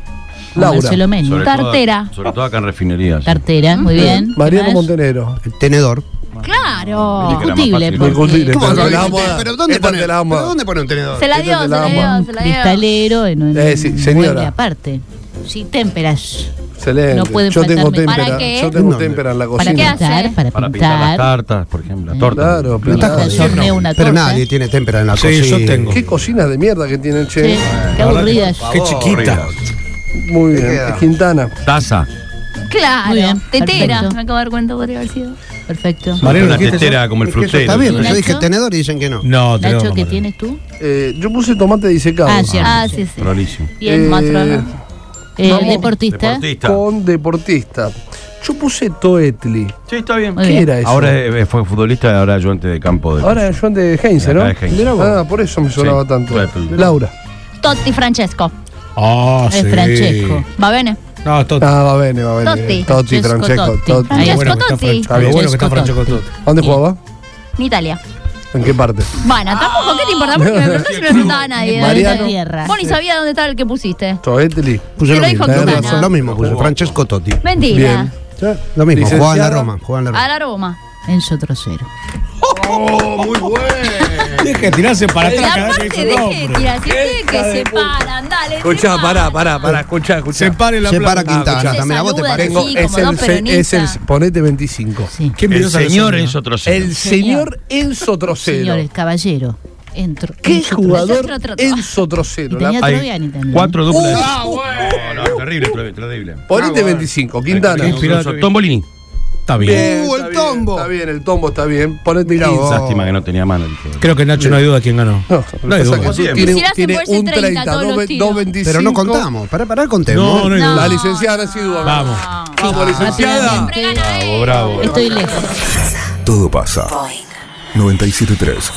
Speaker 2: Laura.
Speaker 3: Marcelo Meni.
Speaker 4: Sobre todo-
Speaker 5: Tartera.
Speaker 4: sobre todo acá en refinerías.
Speaker 3: Tartera,
Speaker 2: ¿Mm?
Speaker 3: muy bien.
Speaker 2: Mariano
Speaker 3: ¿Qué más?
Speaker 2: Montenegro.
Speaker 6: El tenedor.
Speaker 5: Claro.
Speaker 4: Era más
Speaker 3: Discutible,
Speaker 4: fácil.
Speaker 3: porque
Speaker 2: Discutible.
Speaker 6: ¿Cómo
Speaker 2: te
Speaker 6: lo
Speaker 2: la
Speaker 6: dijiste?
Speaker 2: vamos a-
Speaker 6: ¿Pero dónde
Speaker 2: esta
Speaker 6: pone?
Speaker 2: te la vamos a-
Speaker 6: ¿Pero dónde pone un tenedor?
Speaker 5: Se la
Speaker 2: Esta
Speaker 5: dio,
Speaker 2: te
Speaker 5: se
Speaker 2: la
Speaker 5: la dio,
Speaker 2: amo.
Speaker 5: se la dio.
Speaker 3: cristalero en un
Speaker 2: Eh, sí,
Speaker 3: un
Speaker 2: señora.
Speaker 3: mueble aparte. Sí, témperas.
Speaker 2: Excelente.
Speaker 3: No pueden
Speaker 2: yo
Speaker 3: faltar
Speaker 2: tengo
Speaker 3: me-
Speaker 5: ¿Para
Speaker 2: témpera.
Speaker 5: qué?
Speaker 2: Yo tengo
Speaker 6: No,
Speaker 2: témpera en la
Speaker 3: Para
Speaker 5: qué
Speaker 2: cocina.
Speaker 5: hace?
Speaker 3: pintar, para
Speaker 4: Para pintar las
Speaker 3: pintar.
Speaker 4: cartas, por ejemplo, la torta.
Speaker 2: Claro,
Speaker 3: Me
Speaker 2: pintar.
Speaker 3: gusta, yo horneo una
Speaker 6: Pero
Speaker 3: torta.
Speaker 6: nadie tiene témpera en la
Speaker 1: Sí,
Speaker 6: cocina.
Speaker 1: yo tengo.
Speaker 2: Qué cocinas de mierda que tienen, che.
Speaker 3: Sí, qué aburridas.
Speaker 1: Qué chiquita.
Speaker 2: Muy bien.
Speaker 6: queda.
Speaker 2: Quintana.
Speaker 4: Taza.
Speaker 5: Claro.
Speaker 3: Muy bien,
Speaker 5: Tetera.
Speaker 3: perfecto.
Speaker 5: Me acabo de dar cuenta podría haber sido.
Speaker 3: Perfecto.
Speaker 1: Mariano,
Speaker 4: una
Speaker 1: dijiste
Speaker 4: tetera como el
Speaker 6: Es que eso
Speaker 4: frutero.
Speaker 6: está bien, pero yo
Speaker 3: Nacho.
Speaker 6: dije tenedor y dicen que no.
Speaker 1: No, te
Speaker 3: Nacho,
Speaker 1: lo
Speaker 3: ¿qué tienes tú?
Speaker 2: Eh, yo puse tomate disecado.
Speaker 3: Ah, cierto.
Speaker 5: Ah, sí, sí.
Speaker 4: Prolísimo.
Speaker 5: Bien,
Speaker 2: Eh,
Speaker 5: matrona.
Speaker 3: Eh,
Speaker 2: Vamos.
Speaker 3: deportista.
Speaker 4: Deportista.
Speaker 2: Con deportista. Yo puse Toetli.
Speaker 4: Sí, está bien.
Speaker 3: Muy
Speaker 2: ¿Qué
Speaker 3: bien.
Speaker 2: era eso?
Speaker 4: Ahora eh, fue futbolista, ahora ayudante de campo. De
Speaker 2: Ahora es Joan de Heinze,
Speaker 4: Acá
Speaker 2: ¿no?
Speaker 4: de Heinze.
Speaker 2: Mirá vos. Ah, por eso me sonaba
Speaker 4: Sí,
Speaker 2: tanto.
Speaker 4: Toetli.
Speaker 2: Laura.
Speaker 5: Totti Francesco.
Speaker 1: Ah,
Speaker 3: Es
Speaker 1: sí.
Speaker 3: Francesco.
Speaker 5: Va bene.
Speaker 1: No, esto
Speaker 2: Ah, va bene, va bene. Totti,
Speaker 5: Totti.
Speaker 3: Francesco
Speaker 2: Francesco,
Speaker 3: Totti.
Speaker 2: Totti.
Speaker 5: Francesco
Speaker 1: bueno que está
Speaker 5: Totti.
Speaker 1: Francesco. Lo bueno que está Francesco Totti.
Speaker 2: ¿Dónde jugaba?
Speaker 5: En Italia.
Speaker 2: ¿En qué parte?
Speaker 5: Bueno, tampoco, ¿qué te importa? Porque me preguntó si no preguntaba a nadie. ¿eh?
Speaker 2: Mariano.
Speaker 3: Tierra.
Speaker 5: Vos ni sabía dónde estaba el que pusiste.
Speaker 2: Toetli.
Speaker 6: Puse
Speaker 5: Te
Speaker 6: lo
Speaker 5: lo dijo
Speaker 6: mismo. tenés
Speaker 5: Quintana.
Speaker 6: razón, Lo mismo, puse Francesco Totti.
Speaker 5: Mentira.
Speaker 2: Bien.
Speaker 10: Lo mismo,
Speaker 2: Licenciada.
Speaker 10: jugaban la Roma. Jugaban la Roma.
Speaker 5: A la Roma.
Speaker 3: Enzo Trocero.
Speaker 4: Oh, muy bueno.
Speaker 11: Deja de tirarse para
Speaker 5: Y
Speaker 11: atrás. cada vez
Speaker 5: aparte,
Speaker 11: que
Speaker 5: deje
Speaker 11: dice
Speaker 5: de
Speaker 11: nombre.
Speaker 5: tirarse, deje que se paran, dale.
Speaker 2: Escuchá, pará, pará, pará, escuchá, escuchá.
Speaker 11: Separe la Separa plata. Quintana
Speaker 2: escuchá.
Speaker 11: también, ¿a vos te
Speaker 2: Saluda,
Speaker 11: parece?
Speaker 2: tengo-
Speaker 11: sí,
Speaker 2: es,
Speaker 11: como
Speaker 2: el,
Speaker 11: dos
Speaker 2: se-
Speaker 11: peronistas.
Speaker 2: es el- ponete 25.
Speaker 11: Qué
Speaker 4: El envidioso señor Alessandro. Enzo Trocero.
Speaker 2: El
Speaker 3: Señor.
Speaker 2: señor Enzo Trocero.
Speaker 3: Señores, caballero. Entro,
Speaker 2: ¿Qué
Speaker 3: Enzo
Speaker 2: jugador
Speaker 3: Trocero.
Speaker 2: Enzo Trocero?
Speaker 3: Y tenía
Speaker 2: la-
Speaker 3: Troviani también.
Speaker 4: Cuatro
Speaker 2: Uh,
Speaker 4: duplas.
Speaker 2: ah,
Speaker 4: No, no, terrible, terrible, terrible.
Speaker 2: Ponete 25, Quintana.
Speaker 4: Tom Bolini. Está bien.
Speaker 2: el tombo. Está bien, el tombo está bien. Ponete 15. (laughs)
Speaker 4: Lástima que no tenía mano. el que-
Speaker 11: Creo que Nacho no hay duda quién ganó.
Speaker 2: No,
Speaker 11: No hay
Speaker 2: pasa
Speaker 11: duda.
Speaker 2: que
Speaker 4: Siempre.
Speaker 2: tiene, tiene
Speaker 5: Quisiera hacer
Speaker 2: un
Speaker 5: fuerza 30,
Speaker 2: 30,
Speaker 5: todos
Speaker 2: dos
Speaker 5: los
Speaker 2: ve-
Speaker 5: tiros.
Speaker 2: dos 25.
Speaker 10: Pero no contamos. Pará, pará, contemos.
Speaker 11: No, no hay duda.
Speaker 2: La licenciada Nancy
Speaker 4: Ah.
Speaker 2: Dugan.
Speaker 11: Vamos.
Speaker 2: Vamos, licenciada.
Speaker 5: Estoy lejos.
Speaker 1: Todo pasa. 973